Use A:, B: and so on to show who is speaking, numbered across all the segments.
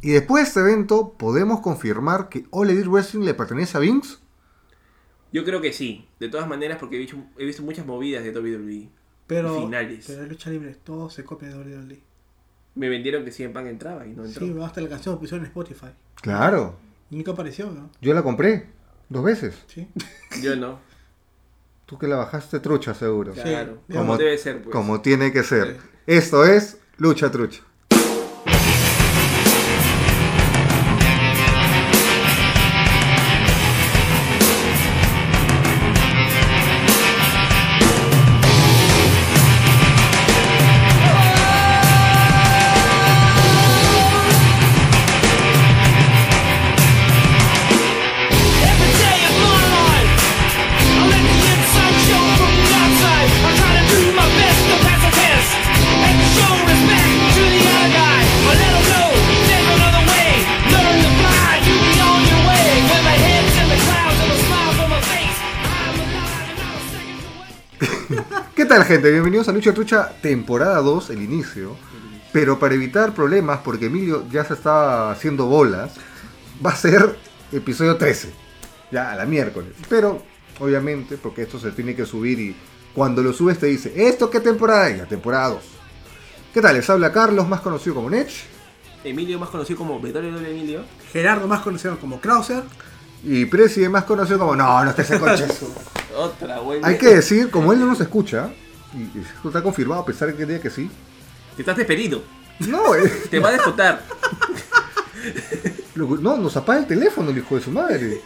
A: Y después de este evento, ¿podemos confirmar que All Elite Wrestling le pertenece a Vince?
B: Yo creo que sí, de todas maneras, porque he visto, he visto muchas movidas de WWE.
C: Pero,
B: Finales.
C: pero es lucha libre, todo se copia de WWE.
B: Me vendieron que CM Punk entraba y no entró.
C: Sí, hasta la canción que pusieron en Spotify.
A: Claro,
C: Nunca apareció, ¿no?
A: yo la compré dos veces.
C: Sí.
B: Yo no.
A: Tú que la bajaste trucha, seguro.
B: Claro.
C: Sí.
B: Como
A: Como-
B: debe ser, pues.
A: Como tiene que ser. Esto es Lucha Trucha.
D: Every day of my life, I let the inside show from the outside. I try to do my best to pass a test and show respect to the other guy. But let 'em know there's another way. Learn to fly, you be on your way. With my head's in the clouds and a smile on my face, I'm alive and not a second away.
A: ¿Qué tal gente? Bienvenidos a Lucha Trucha temporada 2, el inicio. Pero para evitar problemas, porque Emilio ya se está haciendo bolas, va a ser episodio 13. Ya, a la miércoles. Pero, obviamente, porque esto se tiene que subir y cuando lo subes te dice, ¿esto qué temporada es? La temporada 2. ¿Qué tal? Les habla Carlos, más conocido como Nech.
B: Emilio, más conocido como WWE Emilio.
C: Gerardo, más conocido como Krauser.
A: Y Presi, más conocido como, no, no estés en coche.
B: Otra, güey.
A: Hay que decir, como él no nos escucha, y y esto está confirmado a pesar de que diga que sí.
B: Te estás despedido.
A: No, eh,
B: Te va a despotar.
A: lo- no, nos apaga el teléfono el hijo de su madre.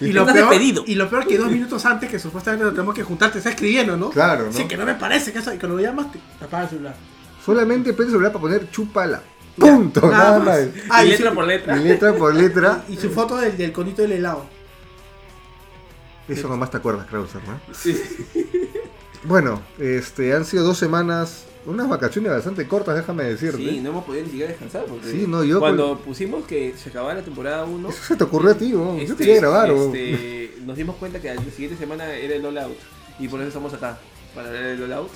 C: Y lo,
B: estás
C: peor,
B: despedido.
C: y lo peor que dos minutos antes que supuestamente nos tenemos que juntar, te está escribiendo, ¿no?
A: Claro, ¿no?
C: Sí, que no me parece que eso. Y cuando lo llamas, te te apaga el celular.
A: Solamente prende el celular para poner chupala. Punto, nada, más.
C: Ah,
B: Y
C: y,
B: letra
C: su,
B: por letra.
A: Y letra por letra.
C: y su foto del, del conito del helado.
A: Eso nomás te acuerdas, Krauser, ¿no?
B: Sí.
A: Bueno, este, han sido dos semanas, unas vacaciones bastante cortas, déjame ¿eh? decirte.
B: Sí, no hemos podido ni siquiera descansar. Porque
A: Sí, no, yo
B: Cuando pusimos que se acababa la temporada 1.
A: Eso se te ocurrió a ti, weón. Yo quería grabar, weón.
B: este, Nos dimos cuenta que la siguiente semana era el All Out. Y por eso estamos acá. Para hablar del All Out.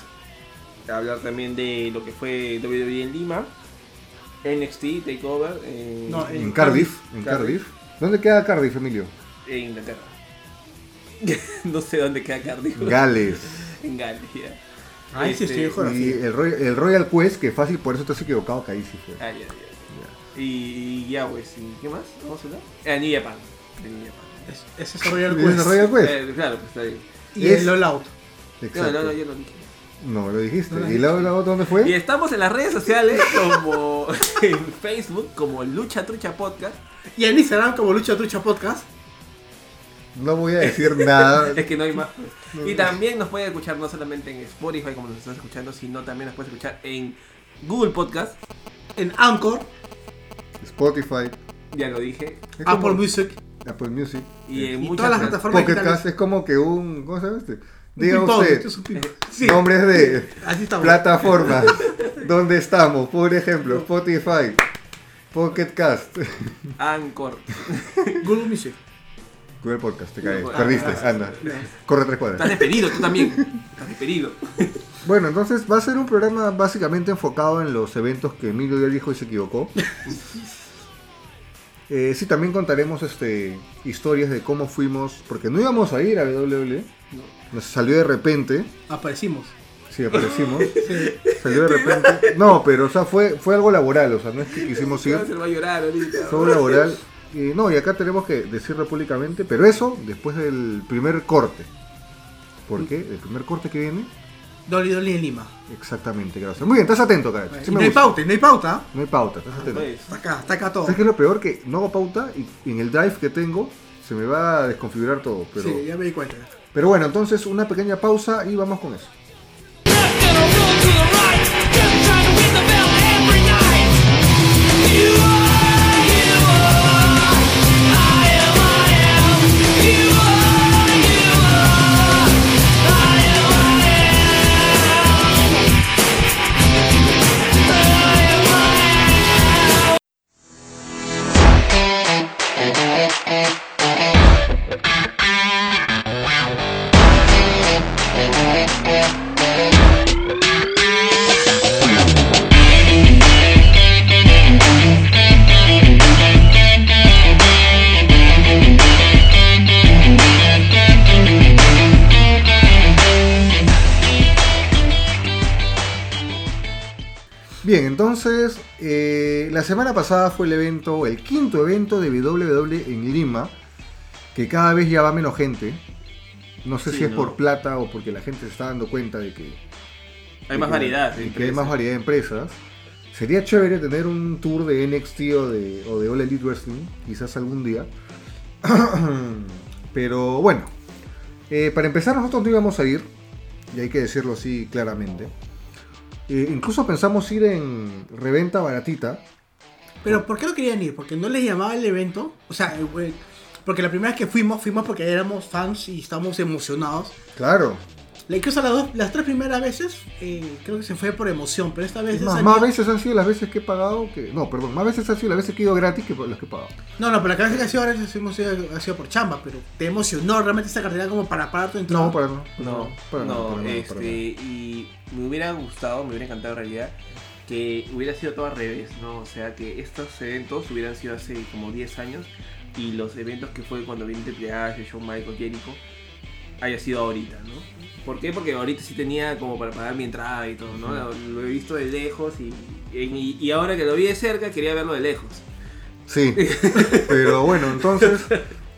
B: Hablar también de lo que fue WWE en Lima. NXT, Takeover. En,
C: No,
A: En
C: en
A: Cardiff, en
B: Cardiff.
A: Cardiff. ¿Dónde queda Cardiff, Emilio?
B: en Inglaterra. no sé dónde queda Cardiff.
A: Gales.
B: en Galicia.
C: Ahí sí estoy
B: Este,
C: mejor
A: Y
C: así.
A: el, Roy- el Royal Quest, que fácil, por eso te has equivocado, que ahí sí fue.
B: Ah, ya, ya. Y, y ya, pues, ¿y ¿qué más? ¿Vamos a hablar? Ah, New Japan. De New Japan.
C: Es- Ese es Royal
A: ¿Y el
C: Quest.
A: Royal Quest?
B: Eh, claro, pues está bien.
C: Y
A: es-
C: el all out.
B: No,
A: Exacto.
B: no, no, yo lo dije.
A: No, lo dijiste.
C: No lo
A: ¿Y la,
C: dijiste.
A: la otra dónde
B: Y
A: fue?
B: estamos en las redes sociales como en Facebook, como Lucha Trucha Podcast.
C: Y en Instagram, como Lucha Trucha Podcast.
A: No voy a decir nada.
B: Es que no hay más. pues. Y también nos pueden escuchar no solamente en Spotify como nos estás escuchando, sino también nos puedes escuchar en Google Podcast.
C: En Anchor,
A: Spotify.
B: Ya lo dije.
A: Es
C: Apple
A: como-
C: Music.
A: Apple Music.
B: Y en
C: Y
B: muchas
C: todas las
B: plat-
C: plataformas
A: Pocket
C: digitales.
A: Cast es como que un... ¿Cómo se llama este?
C: Un
A: Diga
C: ping-pong,
A: usted, eh,
C: esto es un ping-pong. Sí,
A: nombres de
C: así estamos.
A: plataformas. ¿Dónde estamos? Por ejemplo, Spotify. Pocket Cast.
B: Anchor.
C: Google Music.
A: Google Podcast, te caes.
B: Podcast.
A: Perdiste, anda. Corre tres
B: Estás
A: cuadras.
B: despedido, tú también. Estás despedido.
A: Bueno, entonces va a ser un programa básicamente enfocado en los eventos que Emilio ya dijo y se equivocó. Eh, sí, también contaremos este, historias de cómo fuimos, porque no íbamos a ir a WWE, nos salió de repente,
C: Aparecimos.
A: sí, aparecimos,
C: Sí.
A: salió de repente. No, pero o sea, fue, fue algo laboral, o sea, no es que quisimos ir,
B: Se va a llorar ahorita.
A: fue algo laboral. Y no, y acá tenemos que decirlo públicamente, pero eso después del primer corte. ¿Por qué? El primer corte que viene,
C: Dolly Dolly en Lima.
A: exactamente, gracias. Muy bien, estás atento, cara.
C: Y no hay pauta, y no hay pauta.
A: No hay pauta, estás atento.
B: Pues,
C: Está acá, está acá todo.
A: ¿Sabes qué es lo peor? Que no hago pauta y y en el drive que tengo se me va a desconfigurar todo. Pero,
C: Sí, ya me di cuenta.
A: pero bueno, entonces una pequeña pausa y vamos con eso.
D: Left and a roll to the right, just trying to ring the bell every night. You are, you are, I am, I am. You are, you are, I am, I am. I am, I am.
E: Thank
A: Entonces, eh, la semana pasada fue el evento, el quinto evento de WWE en Lima, que cada vez ya va menos gente. No sé
B: Sí,
A: si es
B: ¿no?
A: por plata o porque la gente se está dando cuenta de que
B: Hay
A: de
B: más
A: que-
B: variedad.
A: de
B: de
A: que hay más
B: empresas.
A: variedad de empresas. Sería chévere tener un tour de NXT o de, o de All Elite Wrestling, quizás algún día. Pero bueno, eh, para empezar nosotros no íbamos a ir, y hay que decirlo así claramente. Eh, incluso pensamos ir en reventa baratita.
C: Pero ¿por qué no querían ir? Porque no les llamaba el evento. O sea, eh, güey, porque la primera vez que fuimos, fuimos porque éramos fans y estábamos emocionados.
A: Claro.
C: La incluso las, dos- las tres primeras veces, eh, creo que se fue por emoción, pero esta vez...
A: Es
C: es
A: más,
C: al
A: más
C: día-
A: veces han sido las veces que he pagado que... No, perdón, más veces han sido las veces que he ido gratis que las que he pagado.
C: No, no, pero la carrera que ha sido ahora ha sido, ha sido por chamba, pero te emocionó realmente esta carrera como para parar tu entrada.
A: No, para no.
B: No,
A: para
B: no,
A: para para
B: este, y me hubiera gustado, me hubiera encantado en realidad que hubiera sido todo al revés, ¿no? O sea, que estos eventos hubieran sido hace como 10 años y los eventos que fue cuando vino Triple H, Shawn Michaels, Jericho, haya sido ahorita, ¿no? ¿Por qué? Porque ahorita sí tenía como para pagar mi entrada y todo, ¿no? Lo, lo he visto de lejos y, y, y ahora que lo vi de cerca quería verlo de lejos.
A: Sí, pero bueno, entonces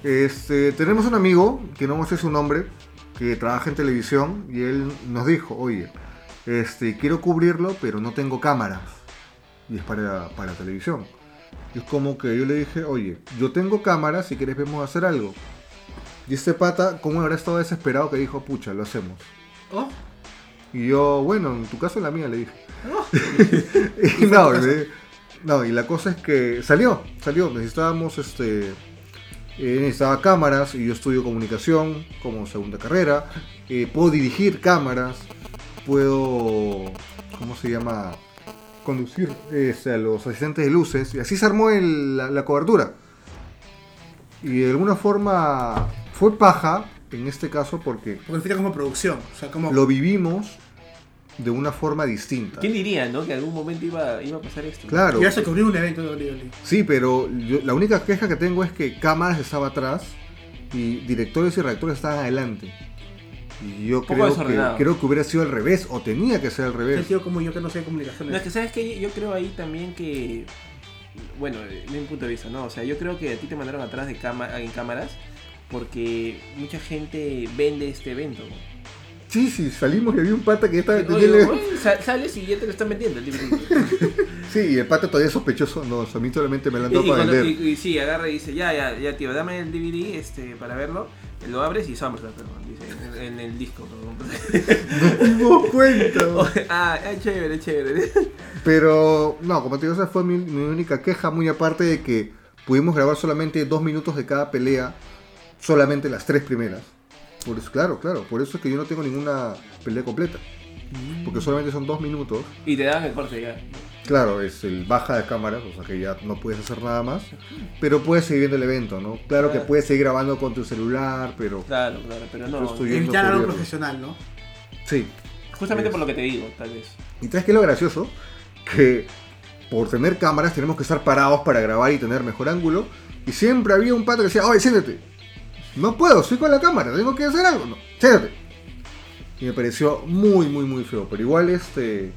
A: este, tenemos un amigo que no sé su nombre, que trabaja en televisión y él nos dijo, oye, este, quiero cubrirlo, pero no tengo cámara y es para, para televisión. Y es como que yo le dije, oye, yo tengo cámara, si quieres vemos hacer algo. Y este pata, ¿cómo habrá estado desesperado que dijo, pucha, lo hacemos?
C: Oh,
A: Y yo, bueno, en tu caso en la mía, le dije.
C: oh.
A: Y no, le- no, y la cosa es que salió, salió. Necesitábamos este. eh, necesitaba cámaras y yo estudio comunicación como segunda carrera. Eh, puedo dirigir cámaras. Puedo. ¿Cómo se llama? Conducir este, a los asistentes de luces. Y así se armó el- la, la cobertura. Y de alguna forma fue paja en este caso porque
C: Porque fuiste como producción, o sea, como...
A: lo vivimos de una forma distinta.
B: ¿Quién diría, no? Que algún momento iba, iba a pasar esto.
A: Claro.
C: Y vas a cubrir un evento de WWE.
A: Sí, pero yo- la única queja que tengo es que cámaras estaba atrás y directores y redactores estaban adelante. Y yo
B: Poco
A: creo que,
B: desordenado.
A: creo que hubiera sido al revés, o tenía que ser al
C: Ese
A: revés.
C: tío como yo que no sé de comunicaciones.
B: No, es que sabes que yo creo ahí también que. Bueno, de mi punto de vista, ¿no? O sea, yo creo que a ti te mandaron atrás de cámara en cámaras porque mucha gente vende este evento.
A: Sí, sí, salimos y había un pata que estaba...
B: Oye,
A: tenía-
B: oye, sal- sales y ya te lo están vendiendo el librito.
A: Sí, y el pata todavía sospechoso. No, a mí solamente me lo han
B: Y,
A: dado
B: y
A: para
B: cuando-
A: vender.
B: y- y sí, agarra y dice, ya, ya, ya, tío, dame el DVD este, para verlo. Lo abres y SummerSlam, perdón, dice, en, en el disco. perdón.
A: Nos dimos cuenta.
B: ah, ah, chévere, chévere.
A: Pero, no, como te digo, esa fue mi, mi única queja, muy aparte de que pudimos grabar solamente dos minutos de cada pelea, solamente las tres primeras. Por eso, claro, claro, por eso es que yo no tengo ninguna pelea completa. Porque solamente son dos minutos.
B: Y te dan el corte ya.
A: Claro, es el baja de cámaras, o sea que ya no puedes hacer nada más. Pero puedes seguir viendo el evento, ¿no? Claro que
B: Claro.
A: puedes seguir grabando con tu celular, pero...
B: Claro, claro, pero no.
A: Yo estoy-
C: Y
A: viendo
C: ya era algo
A: cubrirlo.
C: profesional, ¿no?
A: Sí. Pues-
B: Justamente por lo que te digo, tal vez.
A: Y sabes que lo gracioso, que por tener cámaras tenemos que estar parados para grabar y tener mejor ángulo. Y siempre había un pato que decía, oye, siéntate. No puedo, estoy con la cámara, tengo que hacer algo. No, siéntate. Y me pareció muy, muy, muy feo. Pero igual este.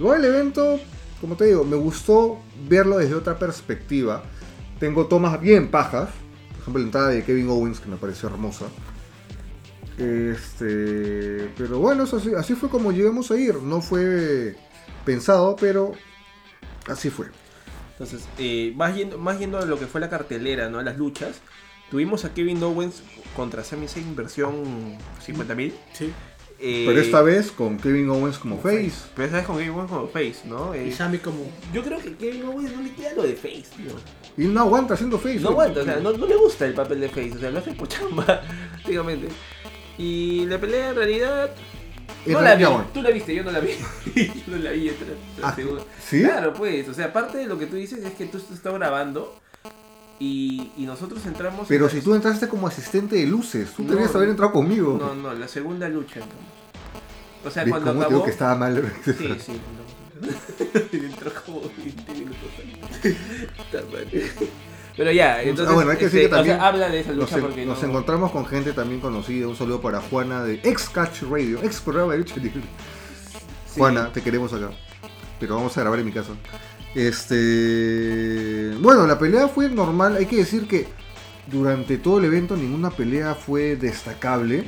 A: Igual el evento, como te digo, me gustó verlo desde otra perspectiva. Tengo tomas bien pajas. Por ejemplo, la entrada de Kevin Owens, que me pareció hermosa. Este, pero bueno, eso sí, así fue como llegamos a ir. No fue pensado, pero así fue.
B: Entonces, eh, más, yendo, más yendo a lo que fue la cartelera, ¿no? A las luchas. Tuvimos a Kevin Owens contra Sami Zayn versión 50.000.
C: Sí.
B: eh,
A: pero esta vez con Kevin Owens como face.
B: Pero esta vez con Kevin Owens como face, ¿no? Eh,
C: Y Sammy como...
B: yo creo que Kevin Owens no le queda lo de face, tío.
A: Y no aguanta siendo face.
B: No
A: ¿eh?
B: aguanta, o sea, no, no le gusta el papel de face, o sea, lo hace por chamba, prácticamente. Y la pelea en realidad...
A: En
B: No la vi,
A: realidad, bueno.
B: tú la viste, yo no la vi. yo no la vi, te lo- te lo
A: Ah,
B: aseguro.
A: ¿sí?
B: Claro, pues, o sea, aparte de lo que tú dices es que tú estás grabando y, y nosotros entramos... en
A: Pero
B: la-
A: si tú entraste como asistente de luces, tú
B: No,
A: deberías haber entrado conmigo.
B: No, no, la segunda lucha. entonces. O sea,
A: ¿Ves
B: cuando
A: cómo te
B: acabó...
A: digo que estaba mal?
B: Sí, sí. no. Entró como 20 minutos. Puta madre. Pero ya, entonces...
A: Ah, bueno, hay que
B: este,
A: decir que
B: o sea,
A: también
B: habla de esa
A: Nos,
B: lucha
A: en-
B: porque
A: nos
B: no...
A: encontramos con gente también conocida. Un saludo para Juana de Ex Catch Radio, ex programa de lucha libre.
B: Sí.
A: Juana, te queremos acá. pero vamos a grabar en mi casa. Este. Bueno, la pelea fue normal. Hay que decir que durante todo el evento ninguna pelea fue destacable.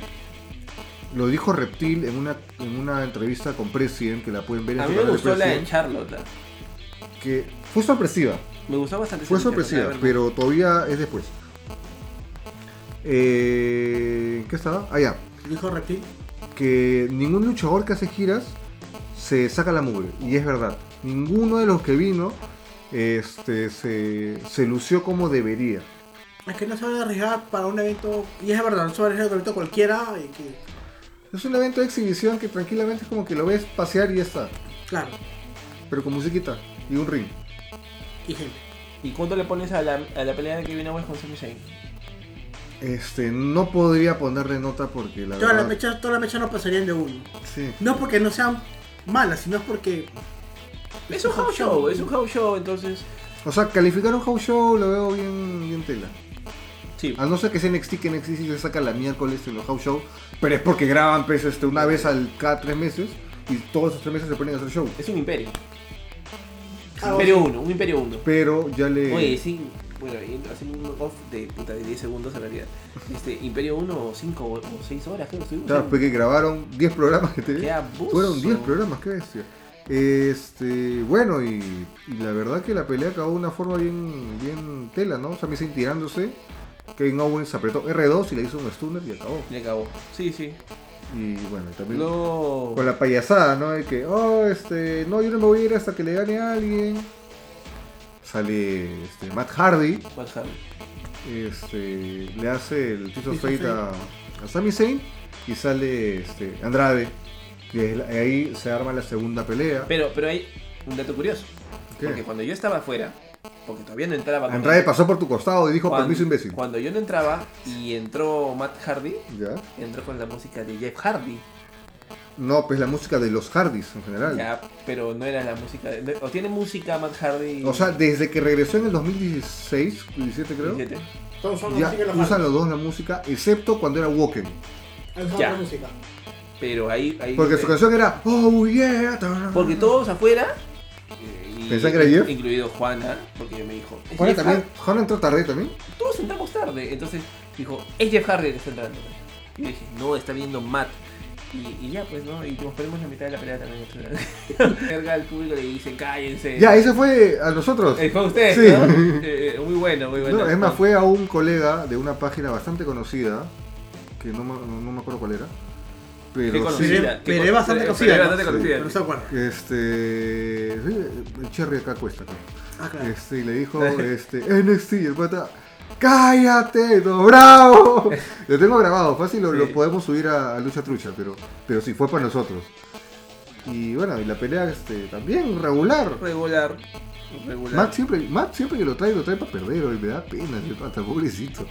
A: Lo dijo Reptil en una, en una entrevista con President, que la pueden ver en
B: A
A: su
B: mí me
A: canal de
B: gustó la de
A: President,
B: Charlotte. ¿ah?
A: que fue sorpresiva.
B: Me gustó bastante.
A: Fue
B: esa de Charlotte, la
A: sorpresiva,
B: verdad.
A: pero todavía es después. Eh, ¿Qué estaba? Ah, ya.
C: Dijo Reptil.
A: Que ningún luchador que hace giras se saca la mugre. Y es verdad. Ninguno de los que vino este, se, se lució como debería.
C: Es que no se van a arriesgar para un evento. Y es verdad, no se van a arriesgar para un evento cualquiera. Y que,
A: Es un evento de exhibición que tranquilamente es como que lo ves pasear y ya está.
C: claro,
A: Pero con musiquita y un ring.
C: y gente.
B: ¿Y cuánto le pones a la, a la pelea de Kevin Owens con Sami Zayn?
A: Este, no podría ponerle nota porque la
C: Todas
A: verdad.
C: las mechas, todas las mechas no pasarían de uno.
A: Sí.
C: No porque no sean malas, sino porque.
B: Es un house show, es un house show, entonces.
A: O sea, calificar un house show lo veo bien, bien tela.
B: Sí.
A: A no ser que sea NXT, que NXT sí se saca la miércoles en los house show, pero es porque graban pues, este, una vez al, cada tres meses y todos esos tres meses se ponen a hacer show.
B: Es un imperio.
C: Ah,
B: imperio 1, un imperio 1.
A: Pero ya le...
B: Oye, sí, bueno, y haciendo un off de puta de 10 segundos en realidad. Este, Imperio 1, 5 o 6 horas, creo que estuvimos.
A: Claro, pues.
B: en-
A: fue que grabaron 10 programas que
B: Qué
A: te
B: abuso.
A: Fueron 10 programas, qué bestia. Este, bueno, y, y la verdad que la pelea acabó de una forma bien, bien tela, ¿no? Sami Zayn tirándose, Kevin Owens apretó R2 y le hizo un stunner y acabó.
B: Y acabó. Sí, sí.
A: Y bueno, también
B: No.
A: con la payasada, ¿no? De que, oh, este, no, yo no me voy a ir hasta que le gane a alguien. Sale este, Matt Hardy,
B: Matt Hardy.
A: este, le hace el Tito
C: Tito
A: Fate a, a Sami Zayn y sale este, Andrade. Y es la- ahí se arma la segunda pelea.
B: Pero, pero hay un dato curioso.
A: ¿Qué?
B: Porque cuando yo estaba afuera, porque todavía no entraba con-
A: Andrade pasó por tu costado y dijo
B: cuando-
A: permiso imbécil.
B: Cuando yo no entraba y entró Matt Hardy,
A: ¿Ya?
B: entró con la música de Jeff Hardy.
A: No, pues la música de los Hardys en general.
B: Ya, pero no era la música. de- o tiene música Matt Hardy.
A: O sea, desde que regresó en el 2016, 17 creo,
B: 17.
C: Todos son
A: ya
C: música y la
A: usan
C: mala.
A: los dos la música, excepto cuando era Woken.
C: Usan
B: Ya.
C: la música.
B: Pero ahí. ahí
A: Porque su canción era Oh yeah. ta- ta- ta-
B: Porque todos afuera. eh, y-
A: ¿Pensás que era Jeff?
B: Incluido Juana, porque me dijo. "Es
A: Juana
B: Jeff
A: también, Juana entró tarde también.
B: Hardy". Todos entramos tarde. Entonces dijo, es Jeff Hardy que está entrando. Y yo dije, no, está viendo Matt. Y, y ya, pues, ¿no? Y nos ponemos la mitad de la pelea también. Carga al público le dice, cállense.
A: Ya, ese fue a nosotros.
B: Eh, fue usted,
A: Sí.
B: ¿no? Eh, eh, muy bueno, muy bueno.
A: No, es más, fue a un colega de una página bastante conocida, que no me, no me acuerdo cuál era. Pero
B: Qué
A: sí,
B: conocida,
C: Pero-
B: qué
C: pero
B: con-
C: es bastante
B: pero-
C: conocida,
B: pero
C: ¿no?
B: es bastante
A: Sí.
B: conocida.
C: Pero no se acuerdan.
A: Este. El cherry acá cuesta, creo.
C: Ah, claro.
A: Este, y le dijo, este, NXT, y el pata, ¡cállate, no, bravo! Lo tengo grabado, fácil lo,
B: Sí.
A: lo podemos subir a, a Lucha Trucha, pero, pero sí, fue para nosotros. Y bueno, y la pelea este, también regular.
B: Regular. Regular.
A: Matt siempre, Matt siempre que lo trae, lo trae para perder, hoy me da pena, el pata, pobrecito.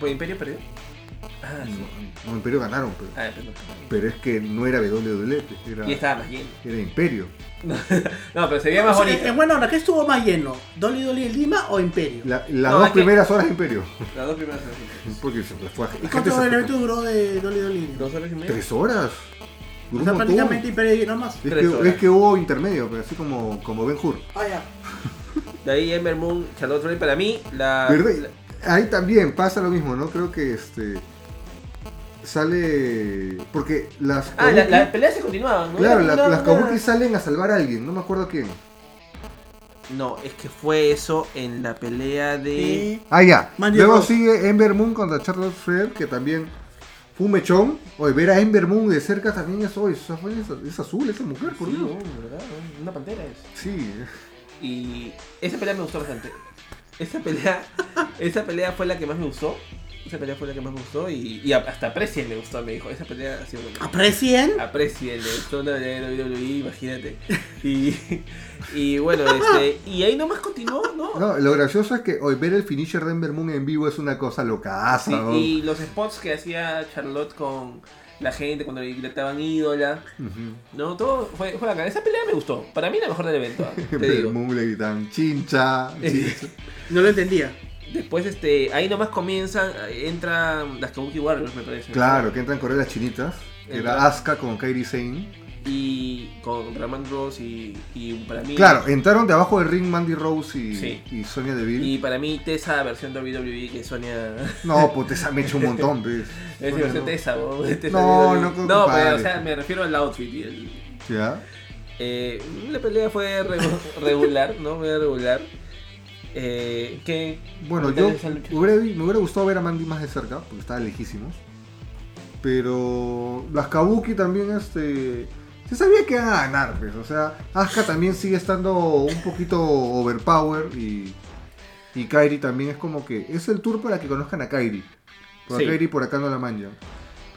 B: Pues Imperio perdió. Ah, sí.
A: No, no, Imperio ganaron, pero,
B: Ah, perdón.
A: pero es que no era WWE, era,
B: Y estaba más lleno.
A: era Imperio.
B: No, pero se veía más
C: O sea,
B: bonito.
C: En buena hora, ¿qué estuvo más lleno? ¿Dolly Dolly en Lima o Imperio?
A: La- las
B: No,
A: dos
B: es que-
A: primeras horas Imperio.
B: Las dos primeras horas. y media.
A: Porque se fue a,
C: ¿Y
A: la gente
C: cuánto
A: se
C: el
A: fue-
C: evento duró de Dolly Dolly? en Lima?
B: Dos horas y media.
A: Tres horas. Duró
C: E? O
A: un
C: sea,
A: montón.
C: prácticamente Imperio llenó más.
A: Es
B: Tres
A: que,
B: horas.
A: es que hubo intermedio, pero así como, como Ben Hur.
C: Ah, ya.
B: De ahí Ember Moon, Charlotte Flair, para mí, la.
A: ¿Verdad?
B: Ah, la-
A: Ahí también pasa lo mismo, ¿no? Creo que este sale. Porque las
B: Ah, la- las
A: Kabuki-
B: peleas se continuaban, ¿no?
A: Claro,
B: Era
A: la-
B: una-
A: las
B: una-
A: Kabuki salen a salvar a alguien, no me acuerdo quién.
B: No, es que fue eso en la pelea de.
C: Y-
A: Ah, ya.
C: Mandy
A: Luego
C: Rose.
A: sigue Ember Moon contra Charlotte Flair, que también fue un mechón. Oye, ver a Ember Moon de cerca también es hoy. Es, es azul esa mujer, por
B: Sí,
A: Dios.
B: no, ¿verdad? Una pantera es.
A: Sí.
B: Y esa pelea me gustó bastante. Esa pelea, esa pelea fue la que más me gustó. Esa pelea fue la que más me gustó y, y hasta Presien me gustó, me dijo. Esa pelea ha sido buena.
C: Ah, ¿Aprecien?
B: aprecien esto una pelea de WWE, imagínate. Y, y bueno, este, y ahí nomás continuó, ¿no?
A: No, lo gracioso es que hoy ver el finisher de Ember Moon en vivo es una cosa locaza.
B: Sí,
A: ¿no?
B: y los spots que hacía Charlotte con la gente cuando le gritaban ídola,
A: Ujú.
B: no, todo fue, fue bacán. Esa pelea me gustó. Para mí la mejor del evento, ah, te
A: Pero
B: digo.
A: Moon le gritan chincha, chincha.
C: No lo entendía.
B: Después, este, ahí nomás comienzan, entran las Kabuki Warriors, me parece.
A: claro, que entran correr las chinitas. que Era
B: Entra.
A: Asuka con Kairi Sane.
B: Y con Raman Ross y, y para mí.
A: Claro, entraron de abajo del ring Mandy Rose y,
B: Sí.
A: y Sonia Deville.
B: Y para mí, Tessa, versión WWE E, que Sonia.
A: No, puta, esa me hecho un montón, pues.
B: Es
A: Sonia,
B: versión
A: no.
B: Tessa, este bo,
A: No,
B: Tessa WWE.
A: no creo
B: E. No,
A: que
B: pero o
A: pare.
B: sea, me refiero al outfit. y el-
A: ¿Ya?
B: eh, la pelea fue re- regular, ¿no? Fue regular. Eh, ¿qué?
A: Bueno,
B: ¿qué
A: yo
B: tal esa lucha?
A: hubiera- me hubiera gustado ver a Mandy más de cerca, porque estaba lejísimos. Pero las Kabuki también, este. Se sabía que iban a ganar, pues. O sea, Asuka también sigue estando un poquito overpower y. Y Kairi también es como que. Es el tour para que conozcan a Kairi. Porque
B: Sí.
A: a Kairi por acá no la manjan.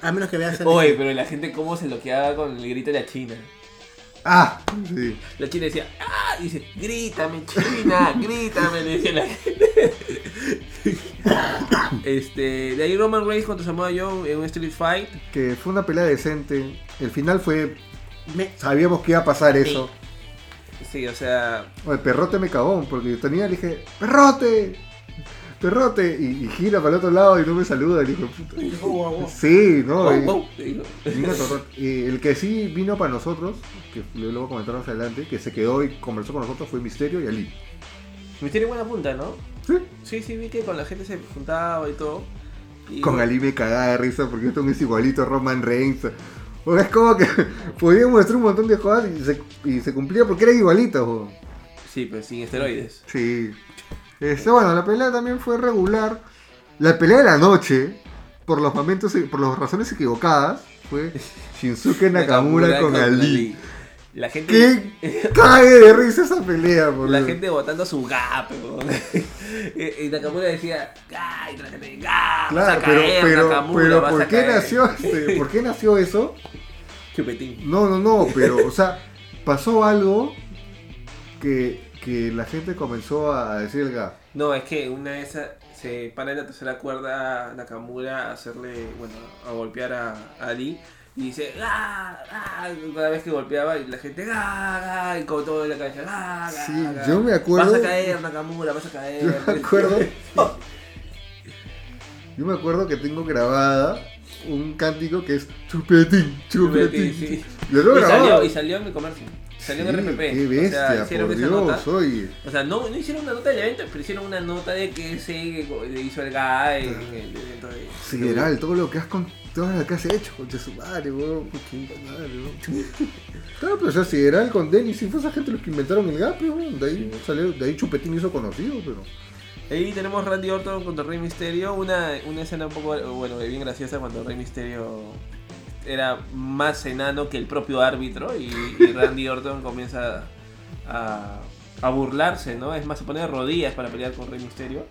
C: A menos que veas. el-
B: Oye, pero la gente cómo se loqueaba con el grito de la China.
A: ¡Ah! Sí.
B: La China decía, ¡ah! Dice, grítame, China, grítame, le decía la gente. este, de ahí Roman Reigns contra Samoa Joe en un Street Fight.
A: Que fue una pelea decente. El final fue.
C: Me-
A: Sabíamos que iba a pasar eso.
B: Sí, o sea,
A: Oye, perrote me cagó, porque yo tenía, le dije, perrote, perrote, y, y gira para el otro lado y no me saluda, y dijo, puta. Sí, no,
B: wow,
A: y-
B: wow, le digo.
A: vino torrot- y el que sí vino para nosotros, que lo lo voy a comentar más adelante, que se quedó y conversó con nosotros fue Misterio y Ali.
B: Me tiene buena punta, ¿no?
A: Sí.
B: Sí, sí, vi que con la gente se juntaba y todo. Y
A: Con Ali me cagaba de risa porque esto es igualito a Roman Reigns. O sea, es como que podía mostrar un montón de cosas y se, y se cumplía porque era igualito. jo.
B: Sí, pero sin esteroides.
A: Sí. Este, bueno, la pelea también fue regular. La pelea de la noche, por los momentos, por las razones equivocadas, fue Shinsuke Nakamura con Ali.
B: La gente.
A: ¡Qué cae de risa esa pelea, por
B: La
A: Dios!
B: gente botando su gap, weón. y, y Nakamura decía, ¡ay, trágate, gap! vas
A: Claro,
B: a
A: pero,
B: caer,
A: pero,
B: Nakamura,
A: pero
B: vas
A: ¿por
B: a
A: qué
B: caer".
A: nació este- ¿Por qué nació eso?
B: Chupetín.
A: No, no, no, pero, o sea, pasó algo que, que la gente comenzó a decir el gap.
B: No, es que una de esas se para en la tercera cuerda Nakamura a hacerle, bueno, a golpear a, a Ali. Y dice, ¡ah! ah", Cada vez que golpeaba, y la gente, ¡ah! ah", Y con todo en la cabeza, ¡ah! ah,
A: Sí,
B: ah".
A: yo me acuerdo-
B: Vas a caer, Nakamura, vas a caer.
A: Yo me acuerdo. Yo me acuerdo que tengo grabada un cántico que es chupetín, chupetín.
B: Chupetín, sí.
A: Yo lo he
B: y, salió,
A: grabado.
B: y salió en el comercio. Salió en
A: Sí,
B: RPP.
A: Qué
B: o
A: bestia,
B: sea, hicieron
A: por
B: esa
A: Dios,
B: nota.
A: oye.
B: O sea, no, no hicieron una nota del evento, pero hicieron una nota de que se le hizo el GAE
A: Ah.
B: en el evento de.
A: Sideral, todo lo que has con todo lo que has hecho contra su madre, weón. Puta madre, weón. Claro, pero o sea, Sideral con Dennis, si fue esa gente los que inventaron el gap, weón. De ahí salió, de ahí Chupetín hizo conocido, pero.
B: Ahí tenemos Randy Orton contra Rey Misterio. Una, una escena un poco, bueno, bien graciosa cuando Rey Misterio era más enano que el propio árbitro y, y Randy Orton comienza a, a burlarse, ¿no? Es más, se pone de rodillas para pelear con Rey Misterio.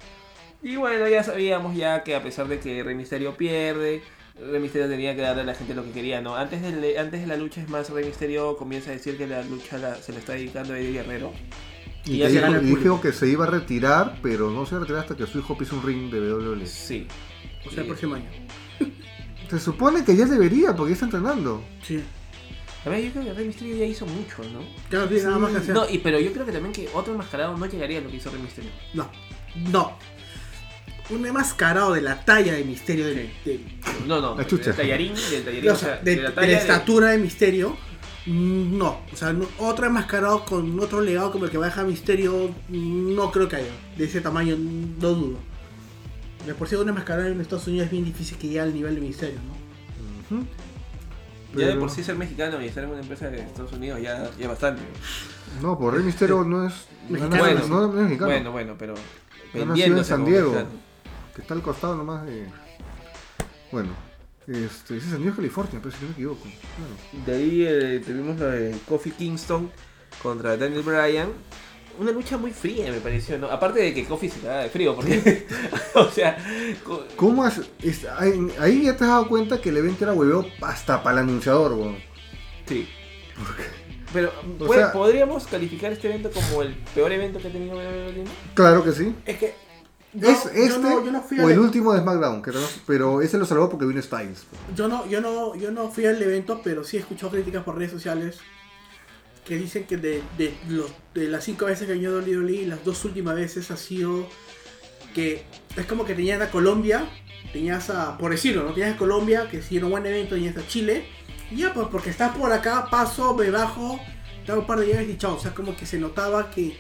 B: Y bueno, ya sabíamos ya que a pesar de que Rey Misterio pierde, Rey Misterio tenía que darle a la gente lo que quería, ¿no? Antes de, antes de la lucha, es más, Rey Misterio comienza a decir que la lucha la- se la está dedicando a Eddie Guerrero.
A: Y,
B: Y
A: que
B: ya se
A: dijo,
B: gana el
A: y dijo
B: público.
A: que se iba a retirar, pero no se iba a retirar hasta que su hijo pise un ring de WWE.
B: Sí.
C: O sea, el próximo año.
A: Se supone que ya debería, porque ya está entrenando.
C: Sí.
B: A ver, yo creo que Rey Mysterio ya hizo mucho, ¿no?
C: Ya no tiene nada más que hacer.
B: No, y, pero yo creo que también que otro enmascarado no llegaría a lo que hizo Rey Mysterio.
C: No. No. Un enmascarado de la talla de misterio, del- del-
B: No, no,
A: La chucha.
B: del tallarín, del tallarín,
C: o sea, de,
B: de la
C: de la
B: talla de-
C: estatura de misterio. mm, No, o sea, no- otro enmascarado con otro legado como el que va a dejar Misterio, mm, no creo que haya. De ese tamaño, no dudo. De por sí, un enmascarado en Estados Unidos es bien difícil que llegue al nivel de Misterio, ¿no?
B: Ya de
A: Pero-
B: por sí ser mexicano y estar en una empresa de Estados Unidos ya, ya bastante.
A: No, por Rey Misterio no es.
C: Mexicano.
A: No,
B: Bueno,
A: es- no es mexicano.
B: este Bueno, bueno, pero
A: nacido en
B: vendiéndose
A: San
B: como
A: Diego.
B: mexicano.
A: Que está al costado nomás de. Bueno. Este, ese es San Diego, California, pero si no me equivoco. Claro.
B: De ahí eh, tuvimos la de Kofi Kingston contra Daniel Bryan. Una lucha muy fría me pareció, ¿no? Aparte de que Kofi se cagaba de frío, porque. o sea. co-
A: ¿Cómo has, es- ahí, ahí ya te has dado cuenta que el evento era hueveo hasta para el anunciador, weón.
B: Sí. Pero
A: O
B: pues,
A: sea-
B: podríamos calificar este evento como el peor evento que ha tenido WWE Lima?
A: Claro que sí.
C: Es que.
A: es este
C: no, yo no fui
A: o
C: al- e-
A: el último de SmackDown, que no- pero ese lo salvó porque vino Styles.
C: Yo no, yo no, yo no fui al evento, pero sí he escuchado críticas por redes sociales que dicen que de, de los- de las cinco veces que ha venido WWE, las dos últimas veces ha sido que es como que tenías a Colombia, tenías a, por decirlo, ¿no? Tenías a Colombia, que hicieron un buen evento, tenías a Chile, y Ya, pues porque está por acá, paso, me bajo, da un par de llaves y chao. O sea, como que se notaba que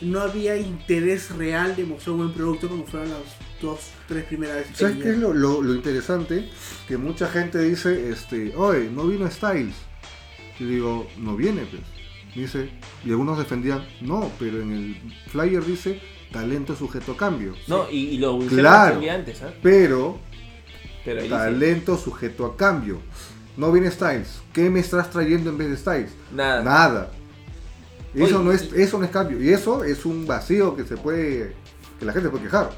C: no había interés real de mostrar un buen producto como fueron las dos, tres primeras veces. que
A: ¿Sabes qué es
C: vinieron.
A: lo, lo- lo interesante? Que mucha gente dice, este, oye, no vino Styles. Y digo, no viene, pues. Dice, y algunos defendían, no, pero en el flyer dice, talento sujeto a cambio.
B: No, y, y lo hicieron
A: Claro.
B: un día antes, ¿ah?
A: Pero,
B: Pero ahí dice,
A: talento sujeto a cambio. No viene Styles. ¿Qué me estás trayendo en vez de Styles?
B: nada.
A: Nada. Eso,
B: Oye,
A: no es,
B: y-
A: eso no es cambio. Y eso es un vacío que se puede, que la gente puede quejar.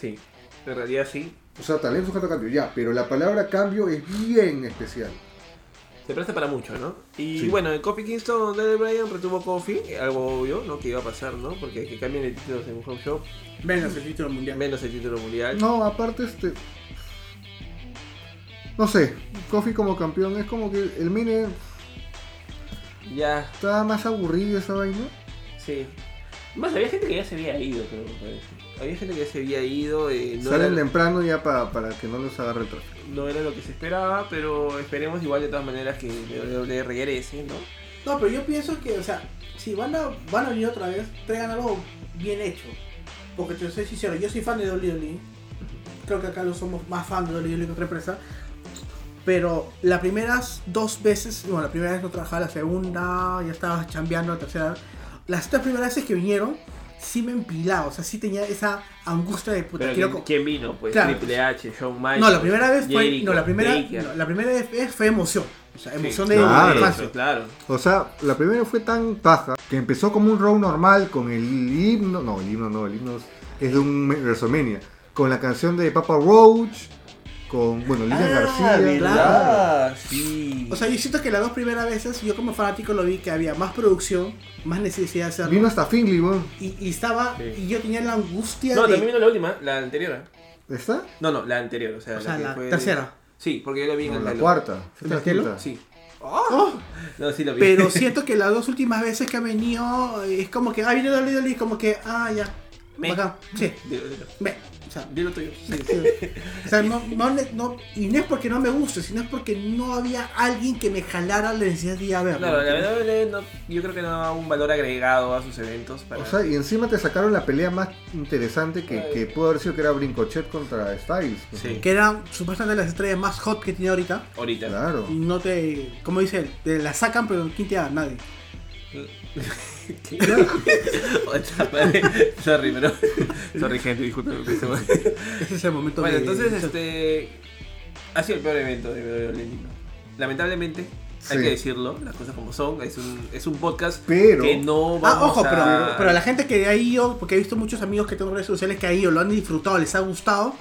B: Sí, en realidad sí.
A: O sea, talento sujeto a cambio, ya. Pero la palabra cambio es bien especial.
B: Se presta para mucho, ¿no? Y
A: Sí.
B: bueno, el Kofi Kingston, Daniel Bryan retuvo Kofi, algo obvio, ¿no? Que iba a pasar, ¿no? Porque que cambien el título en un home show,
C: Vengas el título mundial.
B: menos el título mundial.
A: No, aparte este. No sé, Kofi como campeón es como que el mine
B: Ya,
A: está más aburrido esa vaina.
B: sí. Más, había gente que ya se había ido, creo, me parece. Había gente que ya se había ido, eh, no,
A: Salen
B: era,
A: temprano ya pa- para que no les agarre el tráfico.
B: no era lo que se esperaba, pero esperemos igual de todas maneras que WWE regrese, ¿no?
C: No, pero yo pienso que, o sea, si van a, van a venir otra vez, traigan algo bien hecho. Porque te soy sincero, yo soy fan de WWE. Creo que acá lo somos más fan de WWE que otra empresa. Pero las primeras dos veces, bueno, la primera vez no trabajaba, la segunda ya estaba chambeando, la tercera. Las tres primeras veces que vinieron, sí me empilaba, o sea, sí tenía esa angustia de puta.
B: Pero
C: quiero
B: ¿quién,
C: co-
B: quién vino? Pues
C: Claro.
B: Triple H, Shawn Michaels.
C: No, la primera vez fue,
B: Jericho,
C: no, la primera,
B: Taker.
C: no, la primera vez fue emoción. O sea,
B: Sí,
C: emoción de
A: claro.
C: infancia.
B: eso, claro.
A: O sea, la primera fue tan paja que empezó como un row normal con el himno. No, el himno no, el himno es- es de un WrestleMania. Con la canción de Papa Roach, con, bueno, Lina García.
B: Ah, ¿verdad? Sí.
C: O sea, yo siento que las dos primeras veces yo como fanático lo vi que había más producción, más necesidad de hacerlo.
A: Vino hasta Finley, weón.
C: Y, y estaba,
B: Sí.
C: y yo tenía la angustia
B: no,
C: de...
B: también vino la última, la anterior. ¿eh?
A: ¿Está?
B: No, no, la anterior, o sea,
C: o sea,
B: que
C: la
B: fue de-
C: tercera.
B: Sí, porque yo la vi en
A: No,
B: el
A: la
B: reloj.
A: cuarta. Esta es la
C: ¿Telo?
A: quinta.
B: Sí.
C: ¡Oh!
B: No, sí la vi.
C: Pero siento que las dos últimas veces que ha venido es como que, ah, viene Dolly Dolly, como que, ah, ya.
B: Me.
C: Bacán. Sí,
B: Dilo, dilo.
C: me. O sea,
B: Dilo tuyo.
C: sí, sí. O sea, no, no, le- no, y no es porque no me guste, sino es porque no había alguien que me jalara la necesidad de ir a verlo.
B: Claro, la WWE no, yo creo que no da un valor agregado a sus eventos. Para...
A: O sea, y encima te sacaron la pelea más interesante que,
B: Ay.
A: que pudo haber sido que era Brincochet contra Styles. pues.
B: sí,
C: Que eran supuestamente las estrellas más hot que tiene ahorita.
B: ahorita.
A: Claro.
C: Y no te. Como dice él, te la sacan, pero ¿quién te da? Nadie.
B: Otra madre. Sorry, pero. Sorry, gente, discúlpame. por eso.
C: Ese es el momento
B: Bueno,
C: de-
B: entonces, este. Ha sido el peor evento de WWE Lima. Lamentablemente, hay
A: Sí.
B: que decirlo, las cosas como son. Es un, es un podcast
A: Pero-
B: que no
C: Ah,
B: este, vamos
C: ojo,
B: a...
C: pero, pero la gente que ha ido, porque he visto muchos amigos que tengo en redes sociales que ha ido, lo han disfrutado, les ha gustado,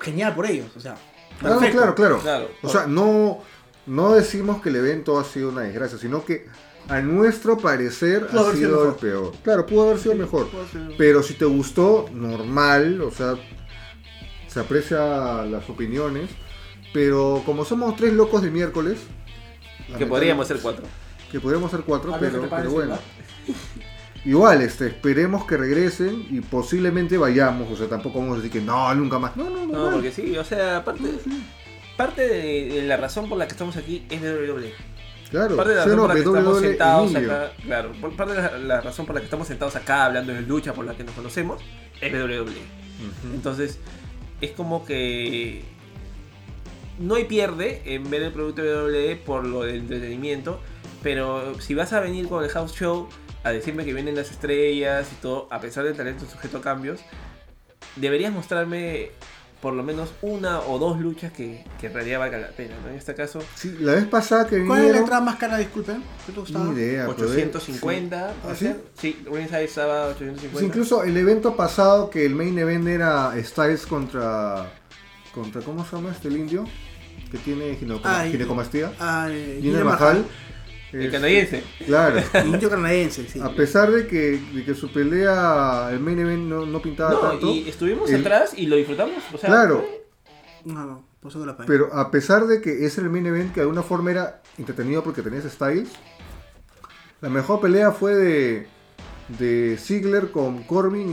C: genial por ellos, o sea.
A: Claro,
C: perfecto.
A: Ah, claro, claro,
B: Claro.
A: O sea, no, no decimos que el evento ha sido una desgracia, sino que a nuestro parecer
C: Pudo
A: ha
C: haber sido
A: sido el
C: mejor.
A: peor. Claro, pudo haber sido mejor. Pero si te gustó, normal, o sea, se aprecia las opiniones. Pero como somos tres locos de miércoles,
B: Que
A: lamentable-
B: podríamos ser cuatro.
A: Que podríamos ser cuatro,
C: A ver,
A: pero,
C: ¿qué te
A: pero
C: parece,
A: bueno.
C: no?
A: Igual, este, esperemos que regresen y posiblemente vayamos. O sea, tampoco vamos a decir que no, nunca más. No, no,
B: No,
A: no.
B: porque sí, o sea, aparte... Parte de, de la razón por la que estamos aquí es WWE.
A: Claro,
B: Parte de la razón
A: cero
B: por la que estamos
A: WWE
B: sentados
A: Emilio.
B: acá, claro, por- parte de la, la razón por la que estamos sentados acá hablando de lucha por la que nos conocemos es WWE.
A: Ujú.
B: Entonces, es como que no hay pierde en ver el producto de WWE por lo del entretenimiento, pero si vas a venir con el house show a decirme que vienen las estrellas y todo, a pesar del talento sujeto a cambios, deberías mostrarme por lo menos una o dos luchas que, que en realidad valga la pena, ¿no? En este caso,
A: Sí, la vez pasada que
C: ¿Cuál es la
A: vinieron...
C: entrada más cara, disculpen? ¿Qué te gustaba?
A: Ni idea, pero de-
B: 850,
A: sí.
B: puede
A: ¿Ah, sí?
B: ser. Sí, Ringside estaba
A: Sí,
B: 850.
A: incluso el evento pasado que el main event era Styles contra... contra ¿Cómo se llama este el indio? Que tiene ginecoma-
C: Ah, y-
A: ginecomastía.
C: Ah, eh,
A: Jinder Mahal.
B: El
A: Este,
B: canadiense.
A: Claro.
C: Indio canadiense, sí.
A: A pesar de que, de que su pelea, el main event no, no pintaba
B: No,
A: tanto.
B: y estuvimos
A: el-
B: atrás y lo disfrutamos. O sea,
A: Claro,
C: No, no, por eso que la pagué.
A: pero a pesar de que ese era el main event que de alguna forma era entretenido porque tenías Styles, la mejor pelea fue de, de Ziggler con Corbin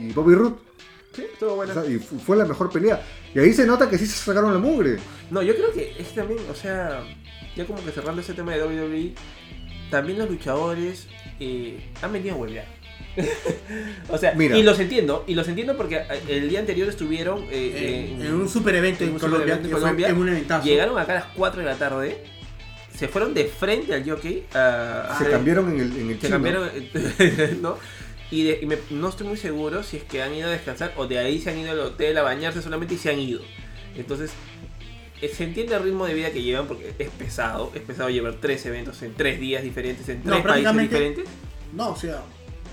A: y, y Bobby Roode.
B: Sí, estuvo buena.
A: O sea, y fu- fue la mejor pelea. Y ahí se nota que sí se sacaron la mugre.
B: No, yo creo que es que también, o sea, ya como que cerrando ese tema de WWE, también los luchadores eh, han venido a huevear. o sea,
A: Mira.
B: y los entiendo, y los entiendo porque eh, el día anterior estuvieron eh,
C: En,
B: en-
C: en un super evento
B: en
C: en
B: un
C: Colombia,
B: superevento
C: que
B: en
C: fue
B: Colombia,
C: en un eventazo.
B: Llegaron acá a las 4 de la tarde, se fueron de frente al jockey. a-
A: Se
B: a-
A: cambiaron en el, en el
B: se
A: chino.
B: cambiaron, ¿no? Y, de- y me- no estoy muy seguro si es que han ido a descansar o de ahí se han ido al hotel a bañarse solamente y se han ido. Entonces, eh, se entiende el ritmo de vida que llevan porque es pesado, es pesado llevar tres eventos en tres días diferentes, en
C: No,
B: tres países
C: prácticamente-
B: diferentes.
C: No, o sea,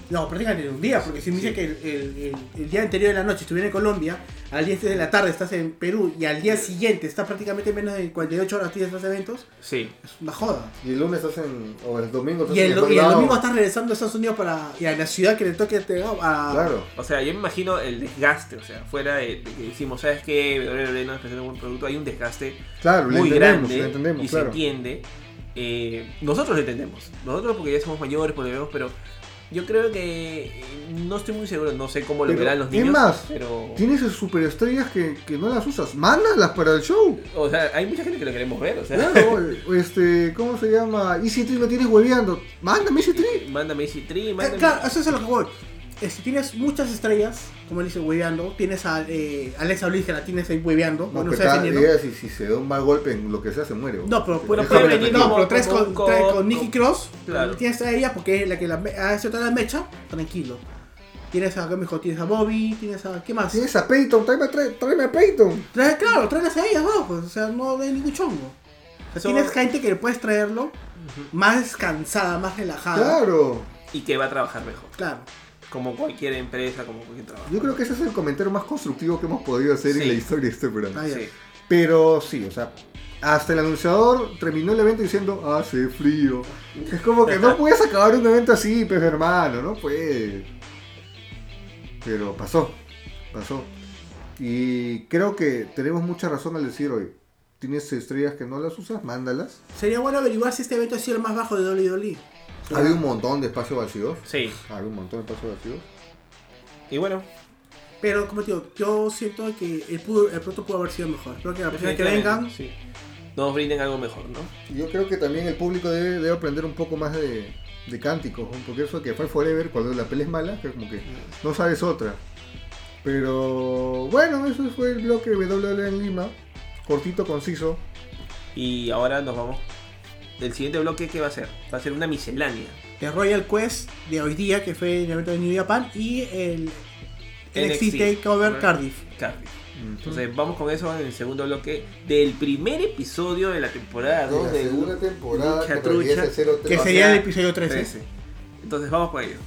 C: no, prácticamente en un día, porque si me dice que el, el- el- el día anterior de la noche estuviera en Colombia, al día de la tarde estás en Perú y al día siguiente estás prácticamente menos de 48 horas tienes los eventos,
B: Sí,
C: es una joda.
A: Y el lunes hacen, o el domingo
C: Y el, do- y el domingo estás regresando a Estados Unidos para, y a la ciudad que le toque te- a,
A: Claro.
B: o sea, yo me imagino el desgaste, o sea, fuera de, de que decimos, ¿sabes qué? WWE no es un buen producto, hay un desgaste
A: Claro, lo
B: muy
A: entendemos,
B: grande
A: lo entendemos,
B: y se
A: claro.
B: entiende. Eh, nosotros lo entendemos. Nosotros porque ya somos mayores, porque lo vemos, pero yo creo que eh, no estoy muy seguro, no sé cómo lo
A: Pero,
B: verán los
A: ¿qué
B: niños.
A: más?
B: Pero,
A: Tienes esas superestrellas que, que no las usas. Mándalas para el show.
B: o sea, hay mucha gente que lo queremos ver, o sea.
A: Claro, este, ¿cómo se llama? Easy Tree lo tienes hueveando. Mándame Easy Tree.
B: Mándame Easy Tree,
C: Eh,
B: mándame.
C: Claro, eso es a lo que voy. Eh, Si tienes muchas estrellas, como él dice, hueveando, tienes a eh, Alexa Bliss que la tienes ahí hueveando,
A: No,
C: o no
A: pero
C: sé,
A: está-
C: defendiendo.
A: ella, si, si se da un mal golpe en lo que sea, se muere.
C: No, pero, pero,
A: Esa
C: puede
A: es la
C: venir,
A: pelea.
C: no, pero traes
B: como
C: con,
B: un
C: traes
B: co-
C: con Nikki Cross,
B: Claro.
C: tienes a ella porque es la que la me- hace toda la mecha, tranquilo. Tienes a, como dijo, tienes a Bobby, tienes a, ¿qué más?
A: Tienes a Peyton, tráeme, a- trae- tráeme a Peyton.
C: Traes, claro, tráelas a ellas, ¿no? Pues, o sea, no hay ningún chongo. O sea,
B: Eso-
C: Tienes gente que puedes traerlo más descansada, más relajada.
A: Claro.
B: Y que va a trabajar mejor.
C: Claro.
B: Como cualquier empresa, como cualquier trabajo.
A: Yo creo que ese es el comentario más constructivo que hemos podido hacer
B: Sí.
A: en la historia de este programa.
C: Está bien.
B: Sí.
A: Pero sí, o sea, hasta el anunciador terminó el evento diciendo, hace frío. Es como que no puedes acabar un evento así, pues hermano, no puedes. Pero pasó, pasó. Y creo que tenemos mucha razón al decir hoy, tienes estrellas que no las usas, mándalas.
C: Sería bueno averiguar si este evento ha sido el más bajo de E. WWE.
A: Había un montón de espacios vacíos.
B: Sí.
A: Había un montón de espacios vacíos.
B: Y bueno,
C: Pero, como te digo, yo siento que el, pudo- el pronto pudo haber sido mejor. Creo que la próxima vez que vengan,
B: sí. Nos brinden algo mejor, ¿no?
A: Yo creo que también el público debe, debe aprender un poco más de, de cánticos, ¿no? porque eso que fue Forever, cuando la pelea es mala, que como que no sabes otra. Pero bueno, eso fue el bloque WWE en Lima, cortito, conciso.
B: Y ahora nos vamos. El siguiente bloque, ¿qué va a ser? Va a ser una miscelánea.
C: de Royal Quest de hoy día, que fue el evento de New Japan, y el NXT,
B: NXT
C: Takeover
B: Takeover.
C: Cardiff.
B: Cardiff. Entonces vamos con eso en el segundo bloque del primer episodio de la temporada 2 de Lucha Trucha,
C: Que
B: O
C: sería
B: sea,
C: el episodio 13.
B: 13. Entonces vamos con ello.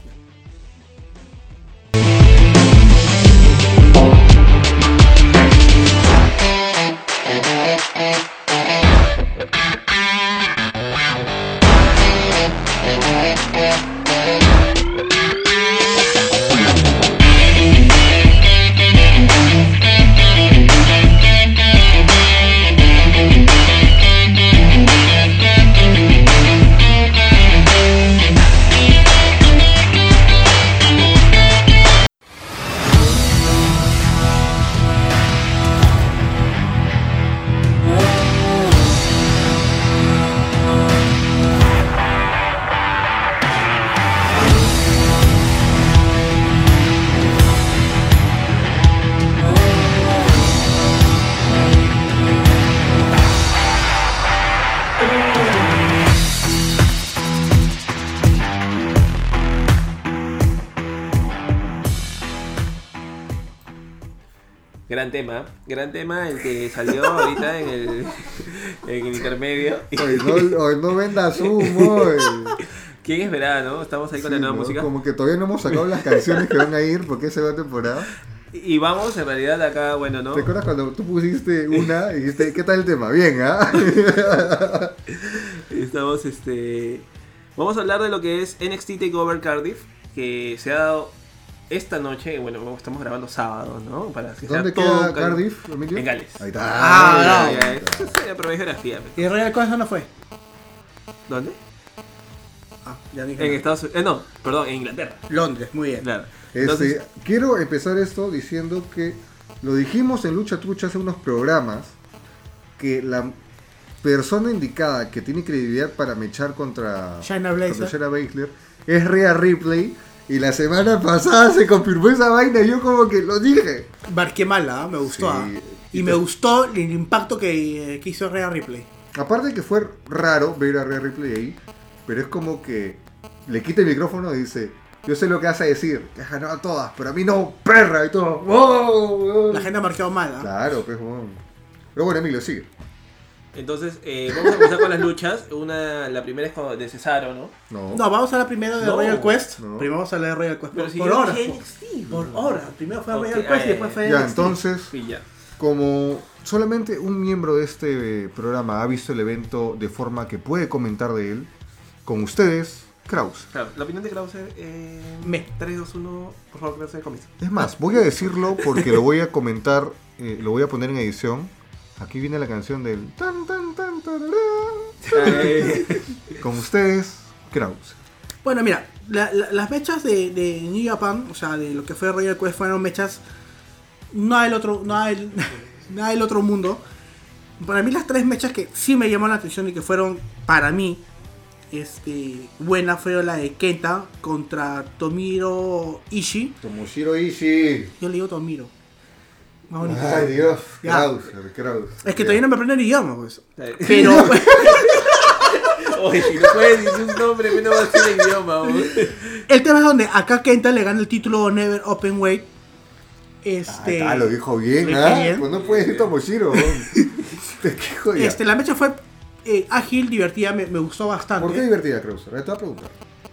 B: Gran tema, gran tema el que salió ahorita en el, en el intermedio.
A: Oye, no, oye, no vendas humo. oye.
B: ¿Quién esperaba, no? Estamos ahí con la
A: Sí,
B: nueva
A: ¿no?
B: música.
A: Como que todavía no hemos sacado las canciones que van a ir porque esa es la temporada.
B: Y vamos en realidad acá, bueno, ¿no?
A: ¿Te acuerdas cuando tú pusiste una y dijiste, ¿qué tal el tema? Bien, ¿ah?
B: Estamos, este. Vamos a hablar de lo que es NXT Takeover Cardiff, que se ha dado esta noche. Bueno, estamos grabando sábado, ¿no? Para que sea
A: ¿Dónde
B: todo
A: queda
B: un cal-
A: Cardiff, Emilio?
B: En Gales.
A: Ahí está.
C: Ah,
A: Ahí
B: Ya, ya,
A: está.
B: ya, ya, pero es geografía, pe.
C: ¿Y Royal Quest no fue?
B: ¿Dónde?
C: Ah, Ya dije
B: En
C: nada.
B: Estados Unidos. Eh, no, perdón, en Inglaterra.
C: Londres, muy bien.
B: Claro.
A: Este,
B: Entonces,
A: quiero empezar esto diciendo que lo dijimos en Lucha Trucha hace unos programas que la persona indicada que tiene credibilidad para mechar contra
C: Shayna Baszler.
A: contra Shayna Baszler es Rhea Ripley y la semana pasada se confirmó esa vaina y yo como que lo dije.
C: Barquemala, ¿ah? me gustó.
A: Sí.
C: ¿ah? Y me gustó el impacto que, que hizo Rhea Ripley.
A: Aparte de que fue raro ver a Rhea Ripley ahí, pero es como que le quita el micrófono y dice, yo sé lo que vas a decir, te has ganado a todas, pero a mí no, perra, y todo. ¡Wow! wow".
C: La gente ha marcado mal. ¿ah?
A: Claro, pues bueno. Pero bueno, Emilio, sigue.
B: entonces eh, vamos a comenzar con las luchas. Una, la primera es con- de Cesaro, ¿no?
A: No.
C: No, vamos a la primera de
B: No,
C: Royal Quest.
A: no.
C: Primero vamos a la de Royal Quest.
B: Pero
C: por
B: si
C: por
B: yo
C: horas.
B: dije
C: Por, por horas. Primero fue
B: Ok,
C: Royal Quest
B: ah,
C: y después
B: ya,
C: fue.
A: Ya,
C: NXT.
A: entonces,
B: Sí, ya.
A: como solamente un miembro de este eh, programa ha visto el evento de forma que puede comentar de él, con ustedes, Kraus.
B: Claro, la opinión de Krauser. Eh,
C: Me.
B: 3, 2, 1. Por favor, Krauser, comienza.
A: Es más, voy a decirlo porque lo voy a comentar, eh, lo voy a poner en edición. Aquí viene la canción del tan tan tan tararán. Con ustedes, Kraus.
C: Bueno, mira, la- la- las mechas de, de New Japan, o sea, de lo que fue Royal Quest, fueron mechas. Nada del otro, nada del, nada del otro mundo. Para mí, las tres mechas que sí me llamaron la atención y que fueron, para mí, este, buena fue la de Kenta contra Tomiro Ishii.
A: Tomoshiro Ishii.
C: Yo le digo Tomiro. Más bonito.
A: Ay Dios,
C: Ya.
A: Kraus, Kraus.
C: Es que todavía no me aprendo el idioma, pues.
B: Pero.
C: Pero,
B: Oye, si no puedes decir un nombre, menos va a ser el idioma, vos.
C: el tema es donde acá Kenta le gana el título Never Open Weight. Este,
A: Ah, lo dijo bien,
C: Lo
A: ¿ah?
C: dije bien.
A: Pues no puede decir Tomoshiro. Te quejo ya.
C: este, la mecha fue eh, ágil, divertida, me, me gustó bastante.
A: ¿Por qué divertida, Krauser? Te voy a preguntar.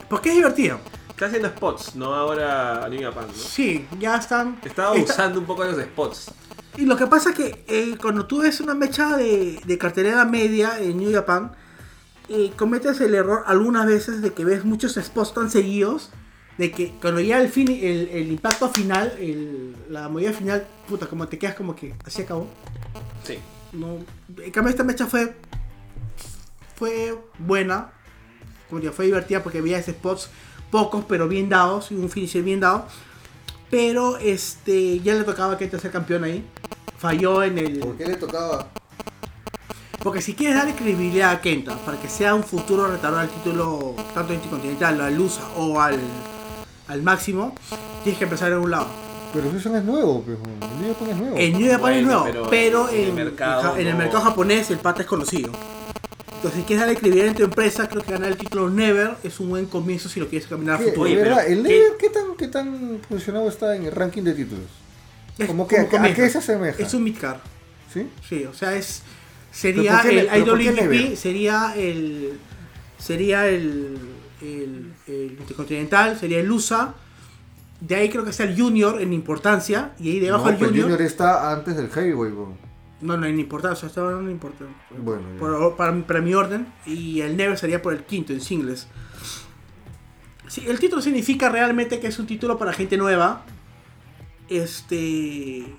C: ¿Por qué es divertido?
B: Está haciendo spots, ¿no? Ahora New Japan, ¿no?
C: Sí, ya están.
B: Estaba
C: está-
B: usando un poco de los spots.
C: Y lo que pasa es que eh, cuando tú ves una mecha de, de cartelera media en New Japan, eh, cometes el error algunas veces de que ves muchos spots tan seguidos, de que cuando llega el, fin, el, el impacto final, el- la movida final, puta, como te quedas como que así acabó.
B: Sí.
C: No, en cambio esta mecha fue fue buena, como digo, fue divertida porque había spots pocos pero bien dados y un finisher bien dado. Pero este ya le tocaba que Kenta ser campeón ahí. Falló en el
A: qué le tocaba?
C: porque si quieres darle credibilidad a Kenta para que sea un futuro retador al título tanto intercontinental, al USA o al al máximo, tienes que empezar en un lado.
A: Pero Fusion es nuevo, pues. El New Japan es nuevo.
C: En New Japan es
B: Bueno, pero
C: nuevo, pero,
B: en el
C: en, en ja- en el
B: mercado
C: mercado,
B: no.
C: japonés el pata es conocido. Entonces, si quieres darle credibilidad en tu empresa, creo que ganar el título Never es un buen comienzo si lo quieres caminar a
A: ¿Qué,
C: futuro.
B: Oye,
A: de verdad,
B: pero
A: el
B: ¿qué-
A: Lever, ¿qué tan, ¿qué tan posicionado está en el ranking de títulos?
C: Es
A: ¿Cómo que,
C: como
A: a- ¿A
C: comienzo.
A: qué se asemeja?
C: Es un midcar,
A: ¿Sí?
C: sí, o sea, es sería
A: ¿Pero por qué
C: el
A: le- pero por qué
C: IWGP,
A: Never?
C: sería el sería el, el, el Intercontinental, sería el USA. De ahí creo que está el Junior en importancia y ahí debajo
A: No,
C: el
A: pues
C: Junior.
A: está antes del Heavyweight, bro.
C: No, no, en importancia, hasta ahora no importa.
A: Bueno, ya.
C: Por- para, mi- para mi orden, y el Never sería por el quinto en singles. Sí, el título significa realmente que es un título para gente nueva. Este.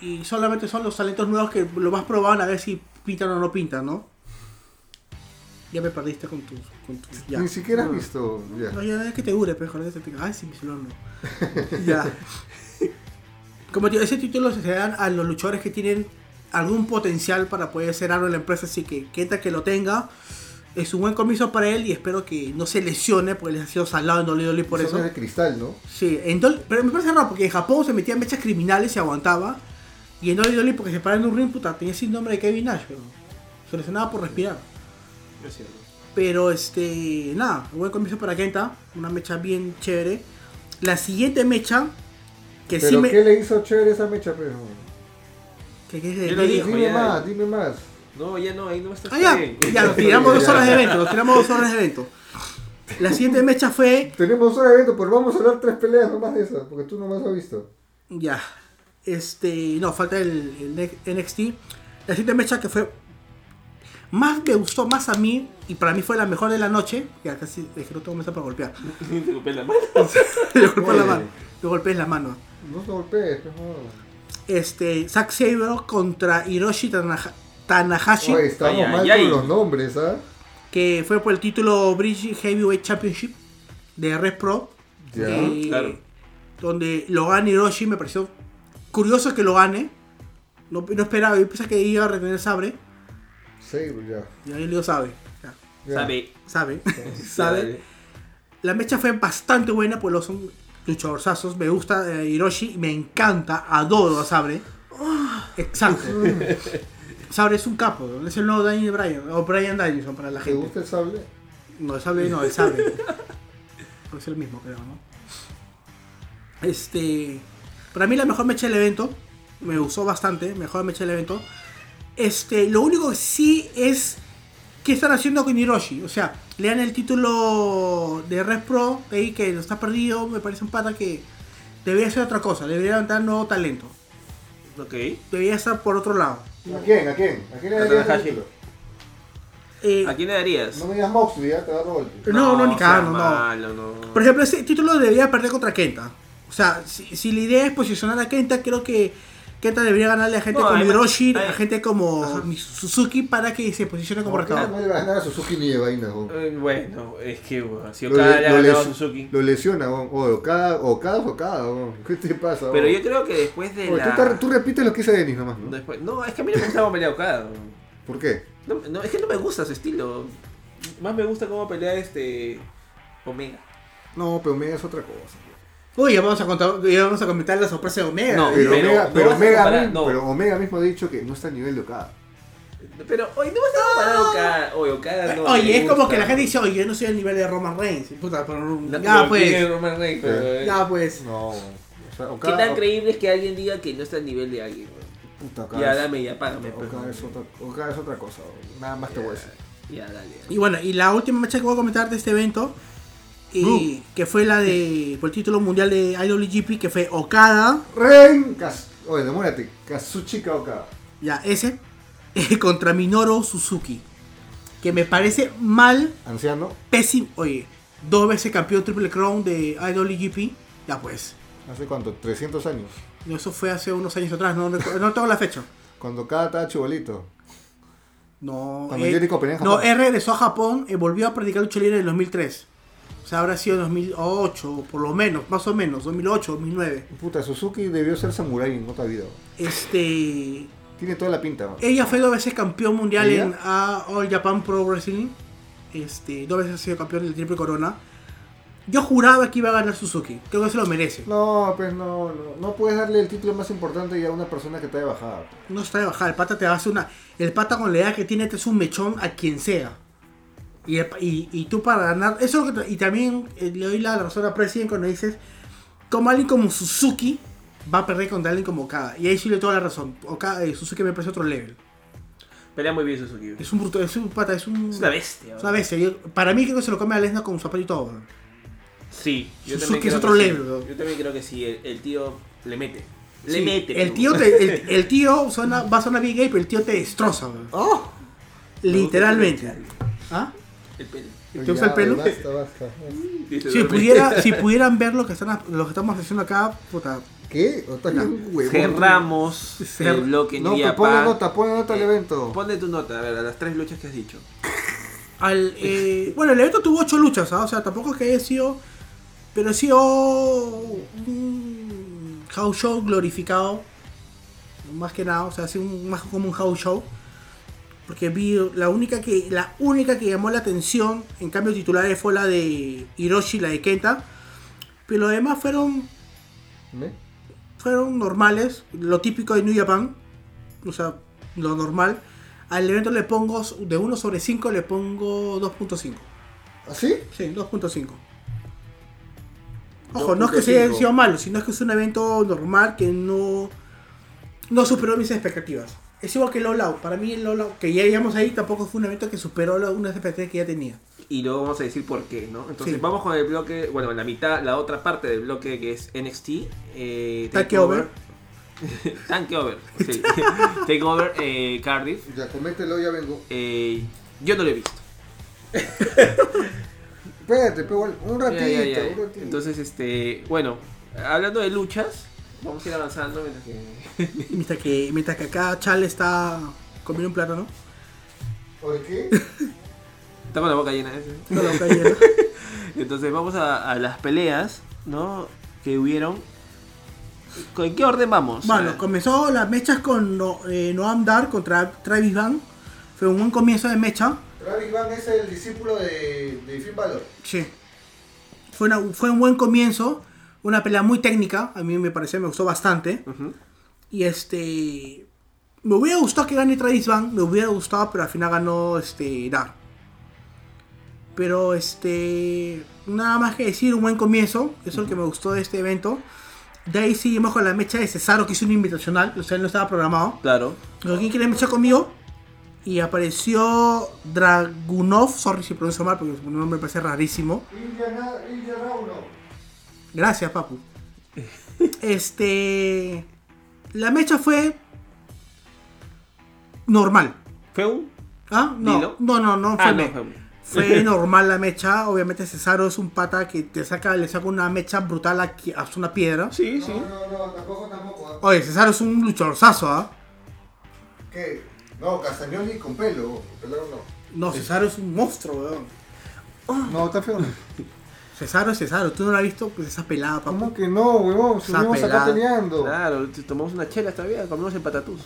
C: Y solamente son los talentos nuevos que lo vas probando a ver si pintan o no pintan, ¿no? Ya me perdiste con tus. Con tus- ya. Ah.
A: Ni siquiera has
C: No.
A: visto. Ya.
C: No, ya es que te dure, pero joder, te Ay, sí, mi celular no. ya. Como te digo, ese título se dan a los luchadores que tienen algún potencial para poder ser algo en la empresa, así que queta que lo tenga. Es un buen comienzo para él y espero que no se lesione porque les ha sido salado en WWE por
A: Eso
C: eso.
A: no es de cristal, ¿no?
C: Sí, en Dol- pero me parece raro porque en Japón se metían mechas criminales y aguantaba. Y en WWE porque se paraba en un ring, puta, tenía síndrome de Kevin Nash, pero se lesionaba por respirar.
B: Es cierto.
C: Pero este, nada, un buen comienzo para Kenta, una mecha bien chévere. La siguiente mecha, que sí
A: Pero
C: me.
A: ¿qué le hizo chévere esa mecha, pero?
C: que- que es
B: Yo
C: de
B: lo
C: ley.
B: dijo,
A: Dime
B: ya.
A: más, dime más.
B: No, ya no, ahí no está
C: Ah, ya, ya, lo tiramos dos horas de evento, lo tiramos dos horas de evento. La siguiente mecha fue.
A: Tenemos un evento, pero vamos a hablar tres peleas nomás de esas, porque tú nomás has visto.
C: Ya. Este, no, falta el, el NXT. La siguiente mecha que fue. Más me gustó, más a mí, y para mí fue la mejor de la noche. Ya casi, es que no tengo mesa para golpear.
B: Te golpeé la mano.
C: Le golpeé la
A: Oye.
C: mano. Le golpeé la mano.
A: No te golpees, pues, no.
C: este, Zack Sabre contra Hiroshi Tanaha- Tanahashi.
A: Oye, estamos
B: Ay, ay,
A: mal
B: ay.
A: con los nombres, ¿ah?
C: que fue por el título British Heavyweight Championship de Red Pro.
A: Ya.
C: eh,
B: Claro.
C: Donde lo gana Hiroshi, me pareció curioso que lo gane. No, no esperaba, yo pensaba que iba a retener Sabre.
A: Sí, ya.
C: Y ahí le digo Sabe. ya,
A: ya.
B: Sabe.
C: Sabe. Sabe. La mecha fue bastante buena, pues los son luchadorzazos. Me gusta eh, Hiroshi, me encanta, adoro a Sabre. Exacto. Sabre es un capo, ¿no? es el nuevo Daniel Bryan, o Bryan Danielson para la
A: ¿Te
C: gente.
A: gusta el sable?
C: No, el sable no, el sable. es el mismo, creo, ¿no? Este. Para mí, la mejor mecha del evento. Me gustó bastante. Mejor mecha del evento. Este, lo único que sí es. ¿Qué están haciendo con Hiroshi? O sea, le dan el título de Red Pro. de Ahí que lo está perdido. Me parece un pata que. Debería ser otra cosa. Debería levantar nuevo talento.
B: Ok.
C: Debería estar por otro lado.
A: ¿A quién? ¿A quién? ¿A quién le
B: A
A: darías el
B: Tanahashi.
A: título?
C: Eh,
B: ¿A quién le darías?
A: No me digas Moxley, ya te da golpe.
C: no, no, ni
B: seas
C: cagando, no.
B: malo, no.
C: Por ejemplo, ese título debería perder contra Kenta. O sea, si, si la idea es posicionar a Kenta, creo que Kenta debería ganarle a gente
B: No,
C: como
B: además- eh,
C: Hiroshi, a
B: además-
C: gente como Suzuki, para que se posicione como
A: ¿Por qué no
C: retador.
A: le va a ganar a Suzuki ni de vaina, weón?
B: Eh, Bueno, es que bueno, si
A: Lo
B: Okada
A: le-
B: le ha
A: lo
B: ganado a
A: lesu-
B: Suzuki.
A: Lo lesiona, weón. O Okada, Okada es Okada, weón. ¿Qué te pasa,
B: Pero
A: weón?
B: yo creo que después de
A: Oye, tú,
B: la.
A: te- tú repites lo que dice Denis nomás, ¿no?
B: después- No, es que a mí no me gustaba pelear a Okada.
A: ¿Por qué?
B: No, no, es que no me gusta su estilo. Más me gusta cómo pelea este. Omega.
A: No, pero Omega es otra cosa.
C: Uy, ya vamos, a contar, ya vamos a comentar la sorpresa de Omega.
B: No,
A: Pero,
B: Pero
A: Omega,
B: no
A: pero,
B: vas a
A: Omega
B: comparar,
A: mismo,
B: no.
A: pero Omega mismo ha dicho que no está a nivel de Okada.
B: Pero hoy no vas a comparar a Okada. Oye, Okada no. me
C: Oye, es como
B: gusta.
C: que la gente dice, oye, yo no soy al nivel de Roman Reigns. Y Puta, pero
B: La-
C: ya
B: lo tiene
C: pues,
B: Roman Reigns, pero, eh,
C: ya pues.
A: No, weón. O sea,
B: ¿Qué
A: Okada,
B: tan creíble es que alguien diga que no está al nivel de alguien? weón?
A: Puta, Okada
B: Ya
A: es-
B: dame, ya págame. pues,
A: Okada
B: weón.
A: es otra, Okada es otra cosa, weón. Nada más te voy a decir.
B: Ya, dale. dale.
C: Y bueno, y la última mecha que voy a comentar de este evento, y
B: Uh.
C: que fue la de por el título mundial de IWGP, que fue Okada.
A: Ren Kas... Oye, demórate. Kazuchika Okada.
C: Ya, ese. eh, contra Minoru Suzuki. Que me parece mal,
A: Anciano.
C: pésimo. Oye, dos veces campeón Triple Crown de IWGP. Ya pues.
A: ¿Hace cuánto? 300 años.
C: Eso fue hace unos años atrás, no, recu- no tengo la fecha.
A: Cuando Okada estaba chibolito.
C: No, eh,
A: Cuando Jericho peleó en
C: no,
A: Japón.
C: él regresó a Japón y volvió a practicar lucha libre en el 2003. O sea, habrá sido 2008, por lo menos, más o menos, 2008, 2009.
A: Puta, Suzuki debió ser samurái en otra vida. weón.
C: Este,
A: Tiene toda la pinta, weón.
C: Ella fue dos veces campeón mundial en
A: ¿Ella?
C: A- All Japan Pro Wrestling. Este, dos veces ha sido campeón del Triple Corona. Yo juraba que iba a ganar Suzuki. Creo que se lo merece.
A: No, pues no, no. No puedes darle el título más importante ya a una persona que está de bajada.
C: No está de bajada. El pata te hace una. El pata con la edad que tiene te es un mechón a quien sea. Y, el pa- y- y tú para ganar. Eso es lo que te- y también eh, le doy la razón a President cuando dices. Como alguien como Suzuki va a perder contra alguien como Okada. Y ahí sí le doy toda la razón. Okada, eh, Suzuki me parece otro level.
B: Pelea muy bien Suzuki.
C: Es un bruto, es un pata, es un.
B: Es una bestia.
C: Es una bestia. Yo- para mí creo que se lo come a Lesnar con su zapato y todo. weón.
B: Sí, yo
C: Suzuki
B: también
C: es
B: creo
C: otro
B: que
C: level,
B: sí.
C: bro.
B: Yo también creo que sí, el, el tío le mete. Le
C: Sí,
B: mete.
C: El
B: bro.
C: tío, te- el, el tío suena, va a sonar bien gay, pero el tío te destroza,
B: Oh,
C: weón. Literalmente. ¿Ah?
B: El pelo.
A: Pues
C: ¿Te usa el pelo?
A: Basta, basta.
B: Dice,
C: Si,
B: "Duerme".
C: pudiera, si pudieran ver lo que, están, lo que estamos haciendo acá, puta.
A: ¿Qué? ¿O estás bien huevón?
B: Cerramos
C: Cer-
B: el bloque
A: No,
B: New
A: pues
B: Japan.
A: ponle nota, ponle nota al
B: Eh,
A: evento.
B: Ponle tu nota, a ver, a las tres luchas que has dicho.
C: Al, eh, bueno, el evento tuvo ocho luchas, ¿ah? o sea, tampoco es que haya sido. Pero ha sido un house show glorificado. Más que nada, o sea, ha sido un- más como un house show. Porque vi la única que la única que llamó la atención en cambio titulares fue la de Hiroshi, la de Kenta. Pero los demás fueron
A: ¿Me?
C: fueron normales, lo típico de New Japan, o sea, lo normal. Al evento le pongo s- de 1 sobre 5 le pongo 2.5.
A: ¿Así?
C: Sí, 2.5. Ojo, no es que se haya
B: 2.5.
C: sido malo, sino es que es un evento normal que no no superó mis expectativas. Es igual que el All Out. Para mí el All Out, que ya llegamos ahí, tampoco fue un evento que superó la- unas expectativas que ya tenía.
B: Y luego vamos a decir por qué, ¿no? Entonces
C: Sí.
B: vamos con el bloque, bueno, la mitad, la otra parte del bloque que es NXT. Eh,
C: Take
B: Takeover. Takeover, sí. Takeover eh, Cardiff.
A: Ya, comételo, ya vengo.
B: Eh, yo no lo he visto.
A: Espérate, pero igual, un ratito,
B: Ya, ya, ya.
A: un ratito.
B: Entonces, este, bueno, hablando de luchas, vamos a ir avanzando mientras que...
C: Mientras que, mientras que acá Chal está comiendo un plátano.
A: ¿Por qué?
B: Está con la boca llena. ¿eh?
C: No, no, está lleno.
B: Entonces vamos a, a las peleas, ¿no? Que hubieron. ¿En qué orden vamos? Ah,
C: Bueno, comenzó las mechas con no, eh, Noam Dar contra Travis Van. Fue un buen comienzo de mecha.
A: Travis Van es el discípulo de, de Finn Balor.
C: Sí. Fue, una- fue un buen comienzo. Una pelea muy técnica. A mí me pareció, me gustó bastante.
B: Ujú.
C: Y este. Me hubiera gustado que gane Travis Van. Me hubiera gustado, pero al final ganó este, Dar. Pero este. Nada más que decir, un buen comienzo. Eso es lo que me gustó de este evento. De ahí seguimos con la mecha de Cesaro, que hizo un invitacional. O sea, él no estaba programado.
B: Claro.
C: Joaquín quiere luchar conmigo. Y apareció Dragunov. Sorry si pronuncio mal porque su nombre me parece rarísimo.
A: Indiana, Indiana
C: Gracias, papu. Este. La mecha fue. Normal.
B: Fue un.
C: ¿Ah? No,
B: Dilo.
C: no, no, no fue.
B: Ah, no,
C: me-
B: fue un-
C: fue normal la mecha. Obviamente, Cesaro es un pata que te saca, le saca una mecha brutal a, qui- a una piedra.
B: Sí, sí.
A: No, no, no, tampoco, tampoco.
C: Oye, Cesaro es un luchorzazo, ¿ah?
A: ¿Qué? No, Castañón y con pelo. Pelero no.
C: No, Cesaro es un monstruo, weón.
A: No, está feo.
C: Cesaro es Cesaro. Tú no lo has visto, pues esa pelada, papu.
A: ¿Cómo que no, huevón? Si
C: Esa
A: vamos acá
C: pelada.
A: peleando.
B: Claro, te tomamos una chela esta vez, comimos en patatús.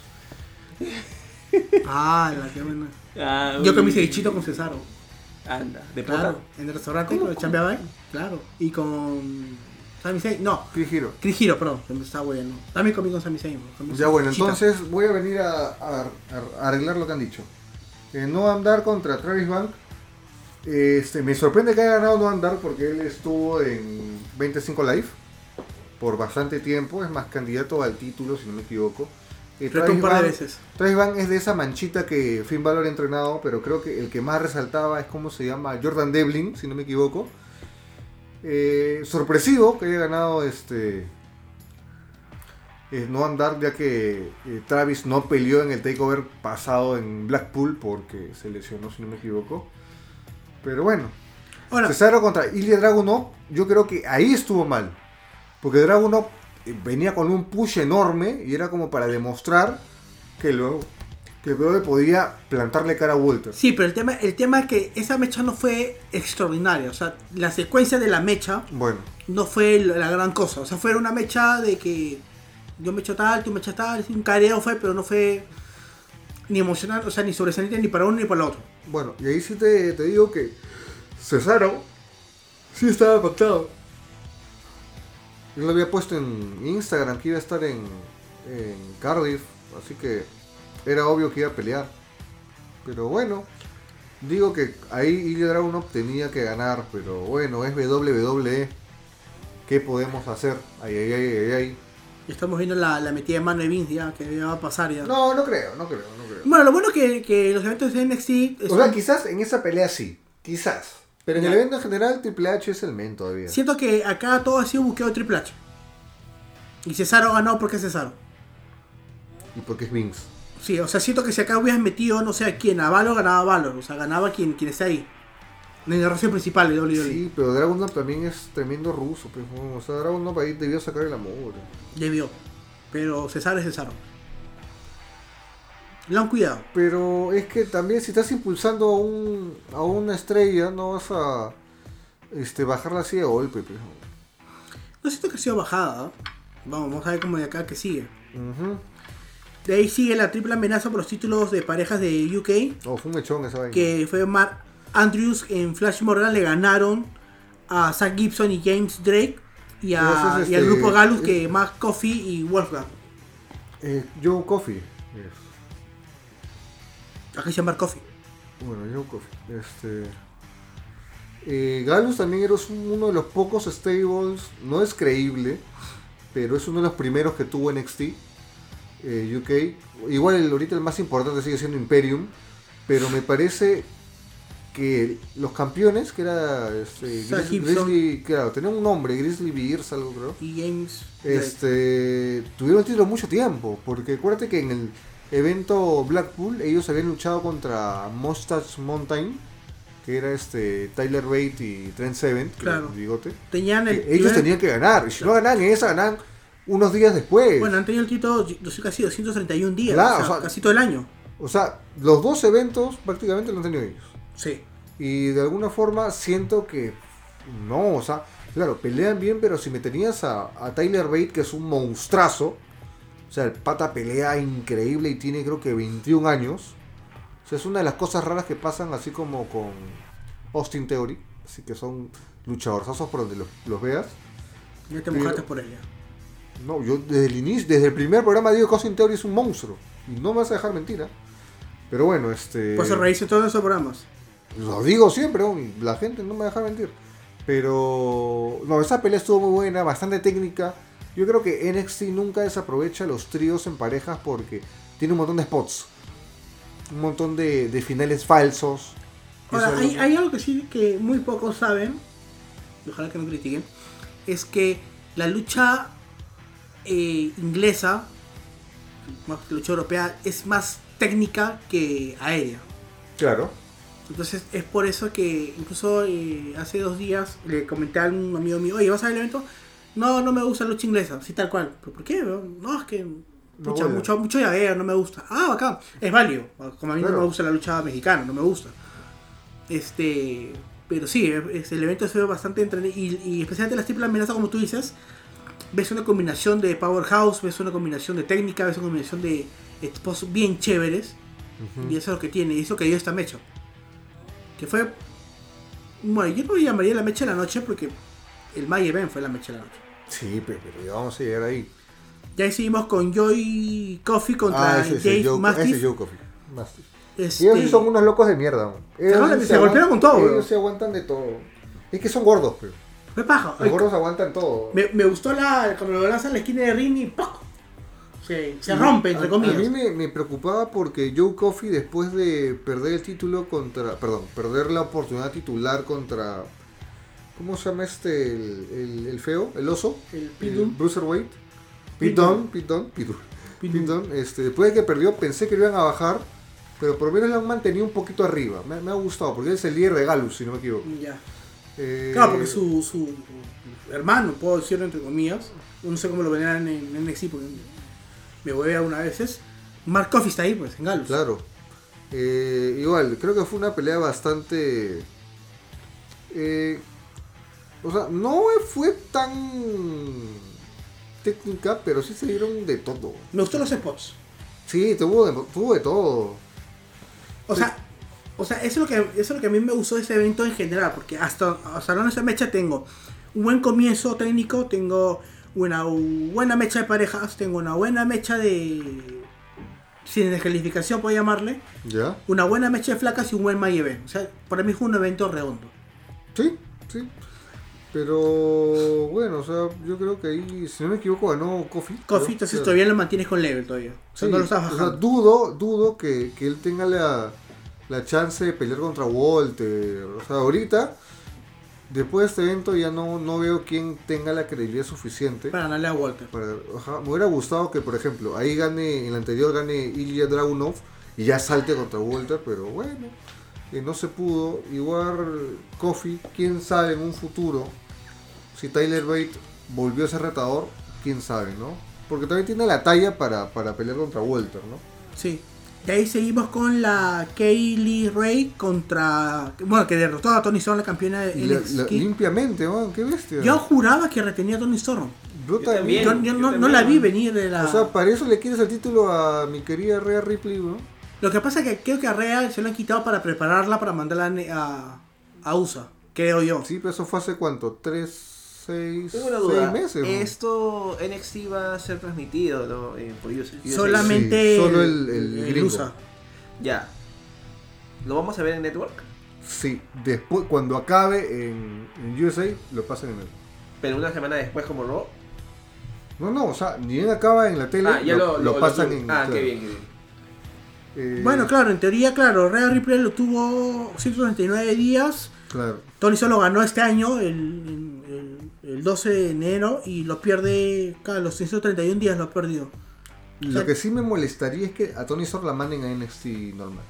C: Ah, la que buena.
B: Ah,
C: Yo
B: uy.
C: comí cevichito con Cesaro.
B: Anda, de pota.
C: Claro. En el restaurante
B: ¿Cómo?
C: que lo chambeaba ahí. Claro. Y con. Sami Zayn. No.
A: Qué giro.
C: Chris Hiro, perdón. Se me está bueno. También comí con Sami Zayn. comí
A: Ya bueno,
C: cevichito.
A: entonces voy a venir a, a- a arreglar lo que han dicho. Eh, no andar contra Travis Bank. Este, me sorprende que haya ganado No andar porque él estuvo en 25 Live por bastante tiempo. Es más candidato al título, si no me equivoco. Eh,
C: Creo que un par de
A: Van-
C: veces.
A: Travis Bank es de esa manchita que Finn Balor ha entrenado, pero creo que el que más resaltaba es como se llama Jordan Devlin, si no me equivoco. Eh, sorpresivo que haya ganado este eh, no andar ya que eh, Travis no peleó en el takeover pasado en Blackpool porque se lesionó si no me equivoco. Pero bueno,
C: Ahora,
A: Cesaro contra Ilya Dragunov, yo creo que ahí estuvo mal. Porque Dragunov eh, venía con un push enorme y era como para demostrar que luego que luego podía plantarle cara a Walter.
C: sí, pero el tema, el tema es que esa mecha no fue extraordinaria. O sea, la secuencia de la mecha
A: Bueno,
C: no fue la la gran cosa. O sea, fue una mecha de que yo me echo tal, tú me echas tal. Un careo fue, pero no fue ni emocionante, o sea, ni sobresaliente ni para uno ni para el otro.
A: bueno, y ahí sí te, te digo que Cesaro sí estaba pactado. Yo lo había puesto en Instagram que iba a estar en, en Cardiff, así que era obvio que iba a pelear. Pero bueno, digo que ahí Ilya Dragunov tenía que ganar, pero bueno, es WWE. ¿Qué podemos hacer? Ay, ay, ay, ay, ay.
C: Estamos viendo la, la metida de mano de Vince ya, que ya va a pasar ya.
A: No, no creo, no creo, no creo.
C: Bueno, lo bueno es que, que los eventos de NXT
A: O sea,
C: son-
A: quizás en esa pelea sí, quizás. Pero en
C: Ya.
A: el evento en general, Triple H es el men todavía.
C: siento que acá todo ha sido buqueo de Triple H. Y Cesaro ah, ha ganado porque es Cesaro.
A: Y porque es Vince.
C: Sí, o sea, siento que si acá hubieras metido, no sé a quién, a Valor ganaba Valor, o sea, ganaba quien, quien esté ahí. En el E. racio principal de WWE.
A: Sí, pero Dragunov también es tremendo ruso, pues, weón. o sea, Dragunov ahí debió sacar el amor.
C: Debió. Pero Cesaro es Cesaro. Lo han cuidado.
A: Pero es que también si estás impulsando a un a una estrella, no vas a este bajarla así de golpe, pues. weón.
C: No siento que ha sido bajada. ¿eh? Vamos, vamos a ver cómo de acá que sigue.
A: Ujú.
C: De ahí sigue la triple amenaza por los títulos de parejas de UK.
A: Oh, fue un mechón esa vaina.
C: que fue Mark Andrews en Flash Morgan le ganaron a Zach Gibson y James Drake y, a,
A: Ese es
C: y al
A: este-
C: grupo Galus que más Coffee y Wolfgang.
A: Eh, Joe Coffee. es-
C: Acá se llama Coffee.
A: Bueno, Joe Coffee. Este. eh, Galus también era un- uno de los pocos stables, no es creíble, pero es uno de los primeros que tuvo NXT eh, UK. Igual el- ahorita el más importante sigue siendo Imperium, pero me parece que los campeones, que era este,
C: Zach
A: Gris-
C: Gibson.
A: Grizzly, claro, tenía un nombre, Grizzly Bears, algo creo.
C: Y James Drake.
A: Este, tuvieron el título mucho tiempo, porque acuérdate que en el evento Blackpool ellos habían luchado contra Mustache Mountain, que era este Tyler Bate y Trent Seven, que era
C: Claro.
A: un bigote.
C: Tenían el,
A: Que eh, ellos
C: primer-
A: tenían que ganar, y si no ganaban en esa, ganaban unos días después.
C: Bueno, han tenido el título yo sé, casi 231 días,
A: Claro,
C: o sea,
A: o sea-
C: casi todo el año.
A: O sea, los dos eventos prácticamente lo han tenido ellos.
C: Sí.
A: Y Y de alguna forma siento que no, o sea, claro, pelean bien, pero si me tenías a, a Tyler Bate, que es un monstruazo, o sea, el pata pelea increíble y tiene creo que 21 años. O sea, es una de las cosas raras que pasan así como con Austin Theory, así que son luchadorzazos por donde los, los veas.
C: Ya te
A: Pero-
C: mojaste por ella.
A: No, yo desde el inicio, desde el primer programa digo que Austin Theory es un monstruo. Y no me vas a dejar mentira. Pero bueno, este.
C: Por eso reíste todos esos programas.
A: Lo digo siempre, ¿no? Y la gente no me deja mentir. Pero no, esa pelea estuvo muy buena, bastante técnica. Yo creo que NXT nunca desaprovecha los tríos en parejas porque tiene un montón de spots. Un montón de, de finales falsos. Y
C: Ahora,
A: eso
C: hay,
A: lo-
C: hay algo que sí que muy pocos saben, y ojalá que no critiquen, es que la lucha eh, inglesa, más que la lucha europea, es más técnica que aérea.
A: Claro.
C: Entonces es por eso que incluso eh, hace dos días le comenté a un amigo mío, oye, ¿vas al evento? No, no me gusta la lucha inglesa, así tal cual. ¿Pero por qué? bro? No, es que pucha,
A: voy a-
C: mucho, mucho llaveo, no me gusta. Ah, bacán, es válido. Como a mí no
A: Claro.
C: me gusta la lucha mexicana, no me gusta. Este, pero sí, es- el evento se ve bastante entretenido y, y especialmente las triple amenazas, como tú dices, ves una combinación de powerhouse, ves una combinación de técnica, ves una combinación de spots bien chéveres. Y eso es lo que tiene, y eso que dio esta mecha. Que fue. Bueno, yo no llamaría la mecha de la noche porque el May Event fue la mecha de la noche.
A: Sí, pero, pero ya vamos a llegar ahí.
C: Ya hicimos con Joy Coffee contra
A: Ah, ese es
C: Jade
A: Joe- ese es
C: Mastiff.
A: Joe Coffey. Mastiff.
C: Este,
A: Ellos sí son unos locos de mierda. man. Ellos
C: Ahora
A: sí
C: se golpeaban con todo,
A: Ellos
C: bro.
A: se aguantan de todo. Es que son gordos, pero.
C: Fue paja.
A: Los gordos aguantan todo.
C: Me, me gustó la, cuando lo lanzan en la esquina de Rini y ¡poc! Se, se rompe, entre
A: A-
C: comillas.
A: A, mí me, me preocupaba porque Joe Coffey, después de perder el título contra. Perdón, perder la oportunidad titular contra. ¿Cómo se llama este? El, el- el feo, el oso.
C: El Pete
A: Pitón.
C: Dunne.
A: Bruiserweight.
C: Pete
A: Pitón, Pitón, Pitón.
C: Pete Dunne.
A: Pitón. Este, después de que perdió, pensé que lo iban a bajar. Pero por lo menos lo han mantenido un poquito arriba. Me, me ha gustado, porque él es el líder de Galus, si no me equivoco.
C: Ya.
A: Eh,
C: Claro, porque su, su hermano, puedo decirlo entre comillas, no sé cómo lo venían en NXT porque me voy a algunas veces. Mark Coffey está ahí, pues, en Galus.
A: Claro. Eh, igual, creo que fue una pelea bastante. eh, o sea, no fue tan técnica, pero sí se dieron de todo.
C: Me gustó los spots.
A: Sí, tuvo de, tuvo de todo.
C: O sea, o sea, eso es lo que eso es lo que a mí me gustó de este evento en general, porque hasta hasta ahora en esta mecha tengo un buen comienzo técnico, tengo una buena mecha de parejas, tengo una buena mecha de sin descalificación puedo llamarle,
A: ¿Ya?
C: una buena mecha de flacas y un buen main event. O sea, para mí fue un evento redondo.
A: Sí, sí. Pero bueno, o sea, yo creo que ahí, si no me equivoco, ganó Coffee.
C: Coffee, entonces todavía lo mantienes con level todavía. O sea, no lo estás bajando.
A: dudo, dudo que, que él tenga la, la chance de pelear contra Walter. O sea, ahorita, después de este evento, ya no, no veo quién tenga la credibilidad suficiente.
C: para ganarle a Walter.
A: para- ajá, me hubiera gustado que, por ejemplo, ahí gane, en el anterior gane Ilya Dragunov y ya salte contra Walter, pero bueno, eh, no se pudo. Igual, Kofi, quién sabe en un futuro, si Tyler Bate volvió a ser retador, quién sabe, ¿no? Porque también tiene la talla para, para pelear contra Walter, ¿no?
C: Sí. De ahí seguimos con la Kaylee Ray contra. Bueno, que derrotó a Tony Storm, la campeona de
A: Y la-
C: NXT.
A: la- limpiamente, man, qué bestia.
C: Yo juraba que retenía a Tony Storm.
A: Yo
B: Yo también.
C: Yo, yo
B: yo
C: no, no
B: también.
C: la vi venir de la.
A: O sea, para eso le quieres el título a mi querida Rhea Ripley, ¿no?
C: Lo que pasa es que creo que a Real se lo han quitado para prepararla para mandarla a ne- a, a USA. Creo yo.
A: Sí, pero eso fue hace cuánto, tres, seis,
B: Tengo una
A: seis
B: duda.
A: meses. ¿no?
B: Esto NXT va a ser transmitido ¿no? Eh, por USA.
C: Solamente.
A: Sí, solo el- el gringo.
C: USA.
B: Ya. ¿Lo vamos a ver en Network?
A: Sí, después, cuando acabe en, en USA, lo pasan en el.
B: Pero una semana después como Raw.
A: No, no, o sea, ni bien acaba en la tele,
B: Ah, ya lo, lo- lo
A: pasan
B: sub-
A: en.
B: Ah,
A: claro.
B: qué bien, qué bien.
A: Eh,
C: Bueno, claro, en teoría, claro. Real Ripley lo tuvo 139 días.
A: claro.
C: Tony solo ganó este año, el, el- el 12 de enero, y lo pierde, cada los 131 días lo perdió.
A: Lo que sí me molestaría es que a Tony Storm la manden a NXT normal.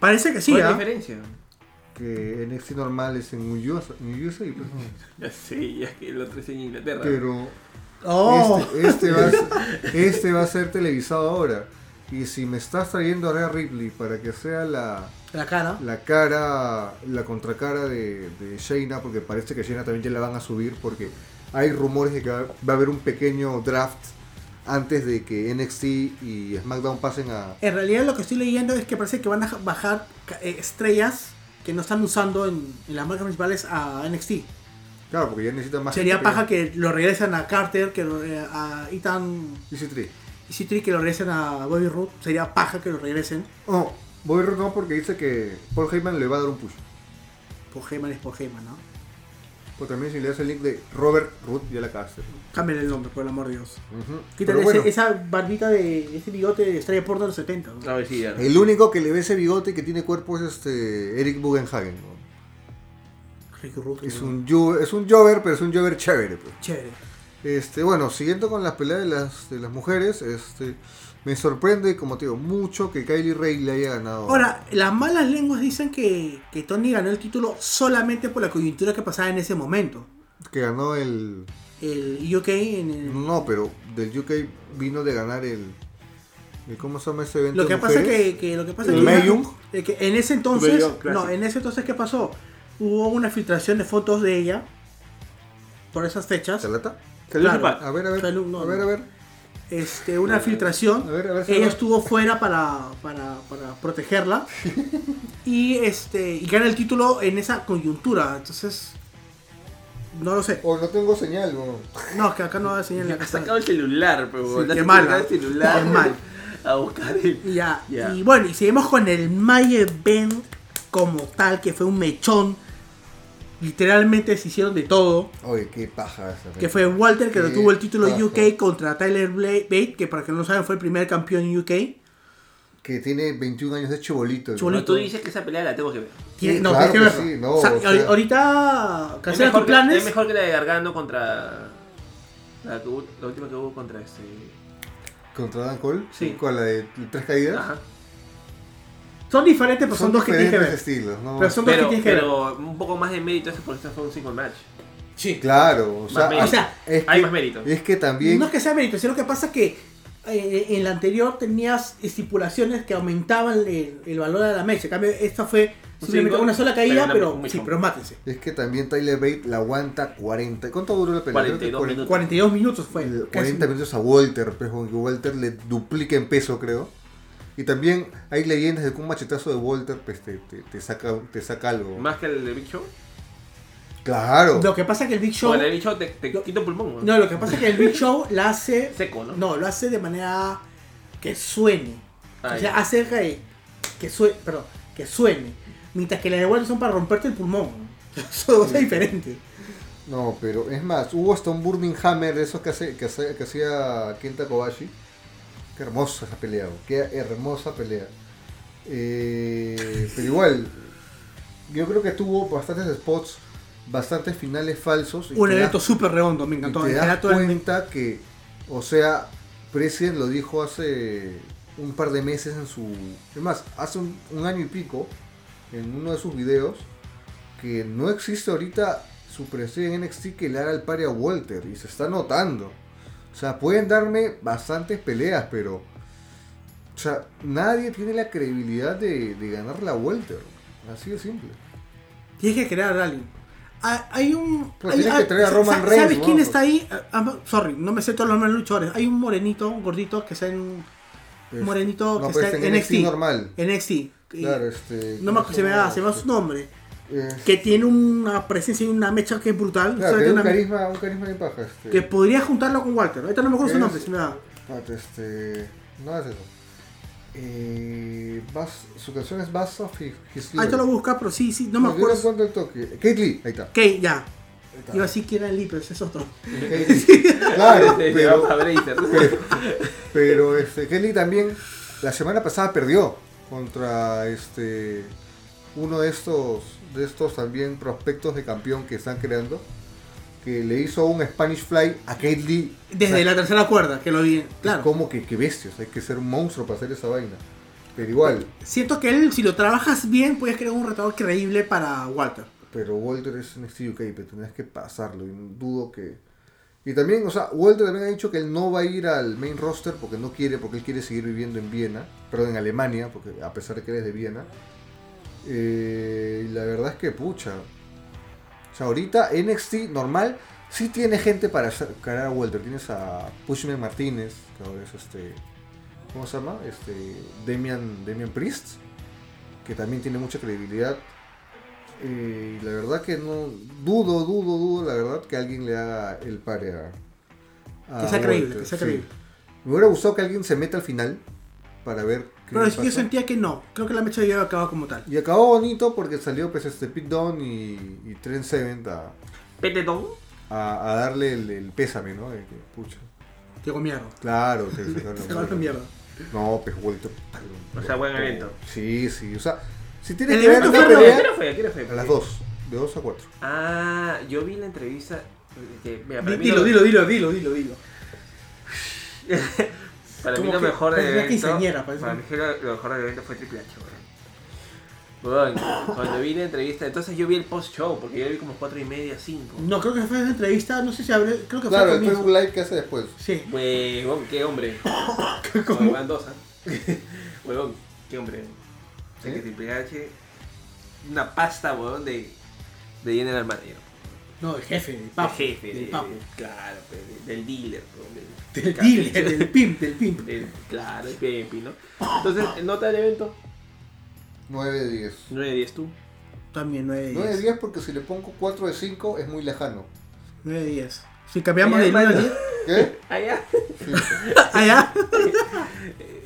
C: Parece que sí,
B: ¿Cuál es la
C: ¿ah?
B: diferencia?
A: Que NXT normal es en USA, en USA pues.
B: Ya sé, ya que lo otro es en Inglaterra.
A: pero
C: Oh,
A: Este, este va a, ser- este va a ser televisado ahora. Y si me estás trayendo a Rhea Ripley para que sea la,
C: La cara.
A: la cara, la contracara de, de Shayna, porque parece que Shayna también ya la van a subir, porque hay rumores de que va va a haber un pequeño draft antes de que NXT y SmackDown pasen a...
C: En realidad lo que estoy leyendo es que parece que van a bajar ca- eh, estrellas que no están usando en, en las marcas principales a NXT.
A: Claro, porque ya necesitan más...
C: Sería paja que lo regresen a Carter, que lo, eh, a Ethan
A: que...
C: y Citri, que lo regresen a Bobby Root. Sería paja que lo regresen.
A: Oh, Bobby Roode no, porque dice que Paul Heyman le va a dar un push.
C: Por Heyman es por Heyman, ¿no?
A: Pues también si le das el link de Robert Root, ya la cagaste.
C: Cámbiale el nombre, por el amor de Dios.
A: Ujú. Pero
C: Quítale
A: bueno,
C: ese- esa barbita de ese bigote de estrella porno de los 70. ¿no?
B: A ver si ya.
A: el único que le ve ese bigote y que tiene cuerpo es este Eric Bugenhagen. ¿no?
C: Ricky Rude,
A: Es
C: ¿no?
A: un ju- es un Jover, pero es un Jover chévere. pues.
C: Chévere.
A: Este, bueno, siguiendo con las peleas de las, de las mujeres, este, me sorprende, como te digo, mucho que Kylie Ray le haya ganado.
C: Ahora, las malas lenguas dicen que, que Tony ganó el título solamente por la coyuntura que pasaba en ese momento.
A: Que ganó el.
C: El UK en el-
A: No, pero del UK vino de ganar el. el- ¿Cómo se llama ese evento?
C: Lo
A: de
C: que pasa es
A: mujeres?
C: que, que lo que pasa es
A: ¿El
C: que-
A: Mayung?
C: es que en ese entonces,
B: Mayung, claro.
C: no, en ese entonces qué pasó? Hubo una filtración de fotos de ella por esas fechas.
A: ¿Salata?
B: Salud,
C: Claro.
B: papá.
A: A ver, a ver.
C: Salud, no,
A: a ver,
C: no.
A: a ver.
C: Este, una filtración.
A: A ver, a ver,
C: ella
A: Salva.
C: estuvo fuera para, para, para protegerla y este y gana el título en esa coyuntura. Entonces, no lo sé.
A: O no tengo señal, weón.
C: No, es que acá no va a enseñar la
B: Has
C: casa.
B: sacado el celular,
C: Sí,
B: pero
C: qué mala.
B: el celular
C: Qué mal.
B: a buscar el.
C: Y Ya.
B: Ya.
C: Y bueno, y seguimos con el Mayer Band como tal, que fue un mechón. Literalmente se hicieron de todo.
A: Oye, qué paja esa
C: Que fue Walter que
A: Sí,
C: retuvo el título
A: ajá.
C: UK contra Tyler Bla- Bate, que para que no lo saben fue el primer campeón en UK.
A: Que tiene 21 años de chibolito.
C: Chibol-
B: Tú dices que esa pelea la tengo que ver.
C: Tiene-
A: Sí,
C: no,
A: claro
C: tienes
A: que
C: verlo.
A: sí, no,
C: O sea,
A: o sea-
C: ahori- ahorita
B: Es
C: cancela tus
B: mejor, que, es
C: planes.
B: mejor que la de Gargano contra. La, que hubo- la última que hubo contra este.
A: Contra Dan Cole.
B: Sí.
A: Con la de tres caídas.
B: Ajá.
C: Son diferentes, pero son, dos que tienes que
A: diferentes
C: ver.
A: estilos, ¿no?
C: Pero son dos que
B: Pero,
C: tienes que ver.
B: pero un poco más de mérito es que por esto fue un single match.
A: Sí, claro. O sea,
B: mérito.
A: o sea, es
B: Hay
A: que-
B: más mérito.
A: Es que también.
C: No es que sea mérito, sino que pasa que eh, en la anterior tenías estipulaciones que aumentaban el, el valor de la mecha. En cambio, esta fue simplemente
B: single,
C: una sola caída,
B: pero
C: pero,
B: una- un
C: sí,
B: mechón.
C: pero mátense.
A: Es que también Tyler Bate la aguanta 40. ¿Cuánto duró la pelea? Creo que
B: 42
A: cuaren-
B: minutos.
C: 42 minutos fue.
A: el-
C: casi.
A: 40 Eh, minutos a Walter, pues, que Walter le duplica en peso, creo. Y también hay leyendas de que un machetazo de Walter pues, te, te- te saca, te saca algo.
B: Más que el de Big Show.
A: Claro.
C: Lo que pasa es que el Big Show.
B: O el de Big Show te, te
C: Lo-
B: quita un pulmón.
C: No, lo que pasa es que el Big Show la hace.
B: Seco, ¿no?
C: No, lo hace de manera que suene.
B: Ah,
C: o
B: ya.
C: sea, hace que, que suene. Perdón, que suene. Mientras que las de Walter son para romperte el pulmón. Son dos cosas diferentes.
A: No, pero es más, hubo hasta un Burning Hammer de esos que, hace- que, hace- que hacía Kenta Kobashi. Qué hermosa esa pelea, bro, qué hermosa pelea. Eh, pero igual, yo creo que tuvo bastantes spots, bastantes finales falsos. y
C: Un
A: te
C: evento
A: das-
C: súper redondo, me
A: y
C: encantó.
A: te
C: El
A: das
C: relato del-
A: cuenta que, o sea, President lo dijo hace un par de meses en su... Es más, hace un, un año y pico, en uno de sus videos, que no existe ahorita su presencia en NXT que le haga el pari a Walter. Y se está notando. O sea, pueden darme bastantes peleas, pero... O sea, nadie tiene la credibilidad de, de ganar la Walter. Así de simple.
C: Tienes que crear a alguien. Ah, Hay un.
A: Pero
C: hay-
A: tienes que
C: ah,
A: traer a
C: sa-
A: Roman
C: sa-
A: Reigns,
C: ¿Sabes quién
A: ¿no? Pues
C: está ahí? Ah, ah, sorry, no me sé todos los nombres de luchadores. Hay un morenito, un gordito, que está en.
A: Pues,
C: morenito
A: no,
C: que
A: pues,
C: está
A: en
C: en NXT.
A: NXT normal.
C: NXT.
A: Claro, este...
C: No me acuerdo, se me da, se me da su nombre. que tiene una presencia y una mecha que es brutal.
A: Claro,
C: O sea,
A: que
C: tiene
A: un
C: una-
A: carisma, un carisma de paja. Este.
C: que podría juntarlo con Walter. Ahorita no me acuerdo su
A: Es-
C: nombre, si me da.
A: Espérate, este. No es eso. Eh, Bass- su canción es Bass of His His
C: Ahí te Ah, lo
A: Life.
C: busca, pero sí, sí, no me
A: yo la
C: acuerdo.
A: encuentro el toque. Kate Lee, ahí está.
C: Ok, ya.
A: Ahí está.
C: Iba a decir que era Lee, pero ese es otro.
A: Kate Lee. Claro,
B: Te
A: pero,
B: llevamos a Bracer.
A: pero este, Kate Lee también la semana pasada perdió contra este uno de estos de estos también prospectos de campeón que están creando que le hizo un Spanish Fly a Kate Lee
C: Desde
A: O sea,
C: la tercera cuerda, que lo vi. Claro.
A: Como que, que bestias, hay que ser un monstruo para hacer esa vaina. Pero igual,
C: Siento que él, si lo trabajas bien, puedes crear un retador creíble para Walter.
A: pero Walter es un UK, pero tendrás que pasarlo. Y dudo que, Y también, o sea, Walter también ha dicho que él no va a ir al main roster porque no quiere, porque él quiere seguir viviendo en Viena, perdón, en Alemania, porque a pesar de que él es de Viena. Eh, y la verdad es que pucha. O sea, ahorita NXT normal sí tiene gente para hacer- cargar a Walter. Tienes a Pushman Martínez, que ahora es este. ¿Cómo se llama? Este. Demian, Demian Priest, que también tiene mucha credibilidad. Eh, y la verdad que no. Dudo, dudo, dudo, la verdad, que alguien le haga el pare a. a
C: Que sea creíble,
A: Walter,
C: que sea
A: sí.
C: creíble.
A: Me hubiera gustado que alguien se meta al final para ver. qué
C: Pero
A: le
C: yo
A: pasa.
C: sentía que no. Creo que la mecha ya había acabado como tal.
A: Y acabó bonito porque salió pues este Pit Down y, y Trent Seven a,
B: Petetón.
A: a- a darle el, el pésame, ¿no? De que, pucha.
C: Llegó mierda.
A: Claro, se sacaron
C: Se acabó esta mierda.
A: No, pues vuelto.
B: O sea, buen evento.
A: Sí, sí. O sea, si tiene
C: El
A: que ver
C: evento
A: una
C: fue
B: ¿A
C: real.
A: pelea
B: qué hora fue? ¿A qué hora fue?
A: a las 2, de 2 a 4.
B: Ah, yo vi la entrevista. que- mira, para
C: Di-
B: mí
C: Dilo,
B: lo-
C: dilo, dilo, dilo, dilo, dilo.
B: Para mí
C: Como
B: lo
C: que
B: mejor del
C: parece una
B: evento.
C: quinceañera, parece
B: Para
C: un-
B: mí lo, lo mejor del evento fue Triple H, weón. Weón, cuando vi la entrevista, entonces yo vi el post-show, porque yo la vi como 4 y media, 5.
C: No, creo que fue en la entrevista, no sé si habré. Creo que fue
A: Claro,
C: al
A: el
C: comienzo.
A: Facebook Live que hace después.
C: Sí.
B: Huevón, qué hombre.
C: ¿Cómo? ¿Eh?
B: Huevón, dos, ¿ah? Huevón, qué hombre. O sea, que
A: ¿Sí?
B: Triple H, una pasta, huevón, de, de General Manager.
C: No, el jefe, el
B: El
C: papo.
B: jefe,
C: el
B: de-
C: papo.
B: claro, pues, de- del dealer, huevón, del,
C: Del dealer, del pimp, del pimp.
B: del- claro, el Pepi, ¿no? Entonces, nota del evento,
A: 9 de 10.
B: 9 de 10 tú.
C: También 9 de
A: 9 de
C: 10.
A: 10 porque si le pongo 4 de 5 es muy lejano.
C: 9 de 10. Si cambiamos
B: Ya,
C: de 9 a
B: hermano.
C: 10.
A: ¿Qué?
C: Ah,
B: Allá.
A: Sí.
C: Allá.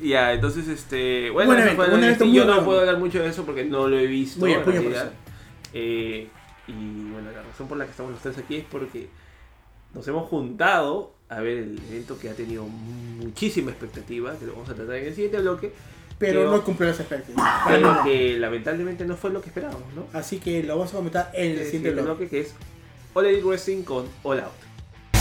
B: Ya, entonces, este. Bueno,
C: Buen
B: eso
C: evento,
B: fue
C: buen
B: el-
C: evento,
B: sí,
C: muy
B: yo no
C: bueno.
B: puedo hablar mucho de eso porque no lo he visto.
C: Muy bien,
B: en
C: puño por
B: realidad. Eh, y bueno, la razón por la que estamos los tres aquí es porque nos hemos juntado a ver el evento que ha tenido muchísima expectativa, que lo vamos a tratar en el siguiente bloque,
C: Pero
B: Pero-
C: no cumplió las expectativas. Para
B: pero
C: nada.
B: que lamentablemente no fue lo que esperábamos, ¿no?
C: Así que lo vamos a comentar en el
B: El
C: siguiente
B: siguiente
C: blog.
B: bloque que es All Elite Wrestling con All Out.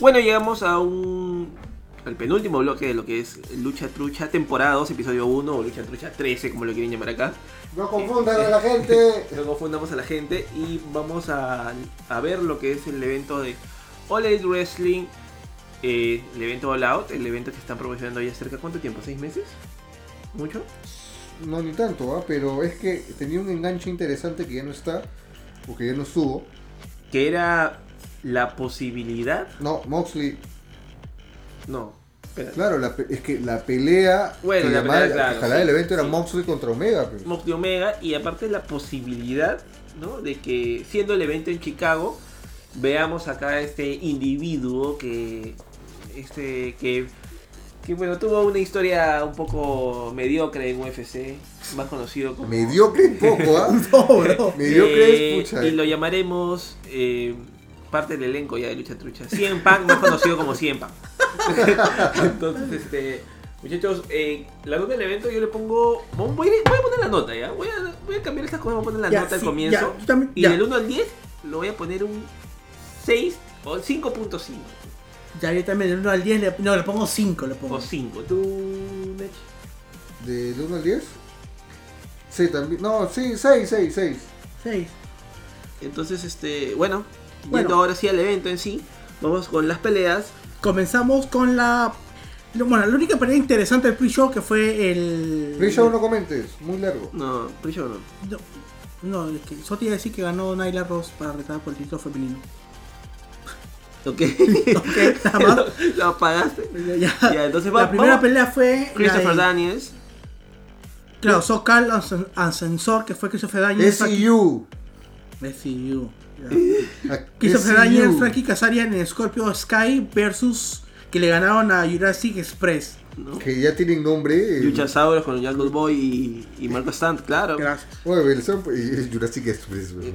B: Bueno, llegamos a un. al penúltimo bloque de lo que es Lucha Trucha, temporada 2, episodio 1, o Lucha Trucha 13, como lo quieren llamar acá.
A: No confundan a la gente.
B: No confundamos a la gente y vamos a, a ver lo que es el evento de All Elite Wrestling, eh, el evento All Out, el evento que están promocionando ya cerca, ¿cuánto tiempo? ¿Seis meses? ¿Mucho?
A: No ni tanto, ¿ah? pero es que tenía un enganche interesante que ya no está, o que ya no estuvo.
B: Que era la posibilidad.
A: No, Moxley,
B: No, espera.
A: claro, la pe- es que la pelea
B: Bueno,
A: que
B: la
A: llamaba-
B: pelea, claro,
A: que jalaba
B: sí,
A: el evento era
B: sí.
A: Moxley contra Omega. pues.
B: Moxley Omega y aparte la posibilidad ¿no? de que siendo el evento en Chicago veamos acá a este individuo que este que que bueno tuvo una historia un poco mediocre en UFC más conocido como
A: Mediocre un poco, ¿ah?
C: No, bro.
A: Mediocre
B: Eh,
A: es pucha.
B: y lo llamaremos eh, parte del elenco ya de lucha trucha 100 Pan más conocido como 100 Pan entonces este Muchachos, eh, la nota del evento yo le pongo. Voy a, voy a poner la nota ya. Voy a, voy a cambiar estas cosas. Voy a poner la
C: Ya,
B: nota al
C: sí,
B: comienzo.
C: ya, yo también-
B: y
C: ya.
B: del 1 al 10 lo voy a poner un 6 o 5.5.
C: Ya yo también del 1 al 10 le, no, le pongo 5, le pongo.
B: O 5. ¿Tú, Nech?
A: ¿Del 1 al 10? Sí, también. No, sí, 6, 6, 6.
C: 6.
B: Entonces, este. Bueno,
C: Bueno.
B: yendo ahora sí al evento en sí. Vamos con las peleas.
C: Comenzamos con la lo- bueno, la única pelea interesante del pre-show que fue el
A: Pre-show no comentes, muy largo.
B: No, Prisho no.
C: No, no, es que solo te iba a decir que ganó Naila Ross para retar por el título femenino.
B: Ok.
C: Ok, nada más.
B: lo, lo apagaste.
C: Ya, ya.
B: Ya, entonces
C: la
B: va-
C: primera
B: vamos.
C: pelea fue la
B: Christopher
C: de
B: Daniels.
C: Claro, Socal Asc- Ascensor, que fue Christopher
B: Mm,
C: Daniels. Frankie-
A: SEU.
C: SEU, ya.
A: SEU.
C: Christopher
A: Ah,
C: Daniels, Frankie Kazarian en Scorpio Sky versus que le ganaron a Jurassic Express.
B: ¿no?
A: Que ya tienen nombre. eh,
B: Sauros con Jungle Boy y, y Marco Stunt, claro.
C: Gracias.
A: Oye, el Sam- y el Jurassic Express, weón.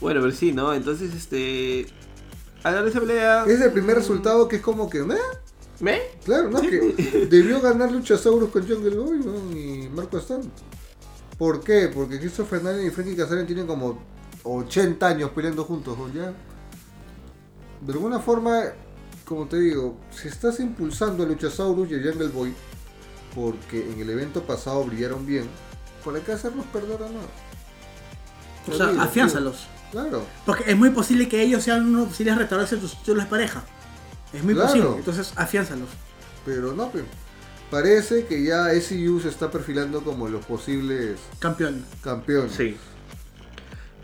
B: Bueno, pero sí, ¿no? Entonces, este. A la de esa pelea.
A: Es el primer resultado que es como que, ¿eh?
B: ¿Me?
A: Claro, no, que debió ganar Luchasaurus con Jungle Boy weón, y Marco Stan. ¿Por qué? Porque Christopher Fernández y Frankie Kazarian tienen como 80 años peleando juntos, weón, ¿ya? De alguna forma, como te digo, si estás impulsando a Luchasaurus y a Jungle Boy, porque en el evento pasado brillaron bien, ¿para qué hacerlos perder a nada?
C: O sea,
A: Olvídate.
C: afiánzalos.
A: Claro.
C: Porque es muy posible que ellos sean unos posibles retadores en sus títulos de pareja. Es muy
A: Claro.
C: posible. Entonces, afiánzalos.
A: Pero no, pe. parece que ya SEU se está perfilando como los posibles
C: Campeón.
A: campeones.
B: Sí.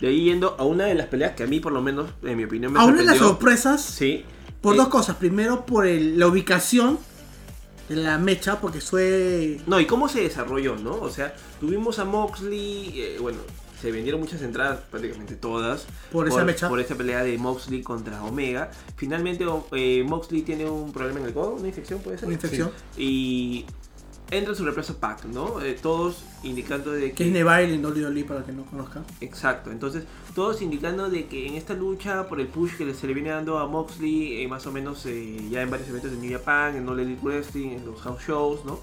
B: De ahí yendo a una de las peleas que a mí, por lo menos, en mi opinión, me
C: A una de las
B: sorprendió.
C: sorpresas,
B: Sí.
C: por
B: Eh,
C: dos cosas. Primero, por el- la ubicación de la mecha, porque fue
B: No, y cómo se desarrolló, ¿no? O sea, tuvimos a Moxley, eh, bueno, se vendieron muchas entradas, prácticamente todas.
C: Por esa mecha.
B: Por esa pelea de Moxley contra Omega. Finalmente, o- eh, Moxley tiene un problema en el codo, una infección, puede ser.
C: una infección.
B: Y entra su reemplazo Pac, ¿no? Eh, todos indicando de
C: Que es Neville en WWE, para que no conozcan.
B: Exacto, entonces todos indicando de que en esta lucha por el push que se le viene dando a Moxley, eh, más o menos eh, ya en varios eventos de New Japan, en All Elite Wrestling, en los house shows, ¿no?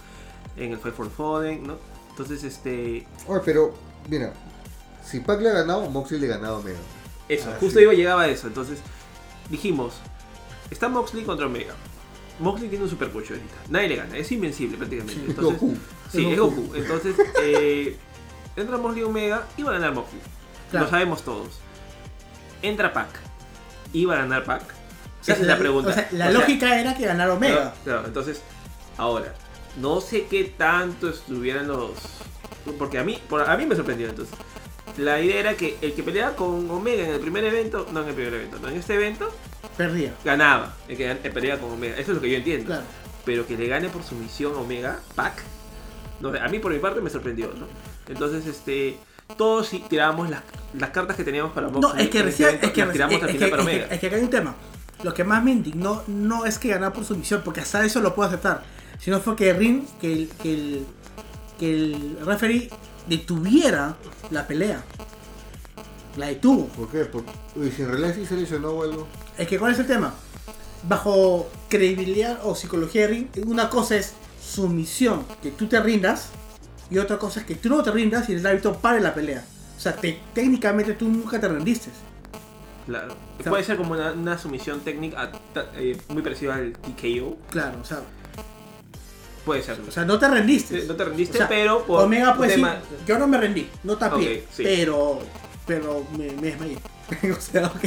B: En el Fight for Foden, ¿no? Entonces, este,
A: Oye, pero, mira, si Pac le ha ganado, Moxley le ha ganado a Omega.
B: eso,
A: Ah,
B: justo
A: sí.
B: iba llegaba a eso, entonces dijimos, está Moxley contra Omega. Moxley tiene un super push ahorita, nadie le gana, es invencible prácticamente.
C: Sí,
A: Es
B: entonces,
A: Goku.
B: Sí, es Goku. Entonces, eh, entra Mosley Omega y va a ganar Mosley.
C: Claro.
B: Lo sabemos todos. Entra Pac. Y va a ganar Pac. Se hace
C: O sea,
B: la pregunta.
C: o sea, la
B: O sea,
C: lógica era que ganara Omega.
B: no, claro, entonces, ahora, no sé qué tanto estuvieran los. Porque a mí, por- a mí me sorprendió entonces. La idea era que el que peleaba con Omega en el primer evento, no en el primer evento, no en este evento,
C: Perdía.
B: ganaba. El que gan- el peleaba con Omega. Eso es lo que yo entiendo
C: Claro.
B: pero que le gane por sumisión a Omega, Pac, no sé, a mí por mi parte me sorprendió, ¿no? Entonces, este, todos sí tiramos las, las cartas que teníamos para Moxley.
C: No, es que
B: en este
C: recién.
B: evento,
C: Es que,
B: las tiramos
C: recién-
B: al
C: es,
B: final
C: que,
B: para
C: es que-
B: Omega.
C: es que acá hay un tema. Lo que más me indignó no es que ganara por sumisión, porque hasta eso lo puedo aceptar. Sino fue que Rin, que el, que el, que el referee detuviera la pelea. La detuvo.
A: ¿Por qué? Por... Uy, si en realidad sí se lesionó o algo.
C: Es que cuál es el tema. Bajo credibilidad o psicología de ring, una cosa es sumisión, que tú te rindas, y otra cosa es que tú no te rindas y el árbitro pare la pelea. O sea, te- técnicamente tú nunca te rendiste.
B: Claro.
C: Claro.
B: Puede ser como una, una sumisión técnica ta- eh, muy parecida al TKO.
C: Claro, o sea,
B: Puede ser.
C: o sea, no te rendiste.
B: Eh, no te rendiste,
C: O sea,
B: pero por
C: Omega
B: un
C: pues sí,
B: tema-
C: yo no me rendí, no tapé,
B: Ok, sí.
C: pero, pero me, me desmayé. o sea, ok.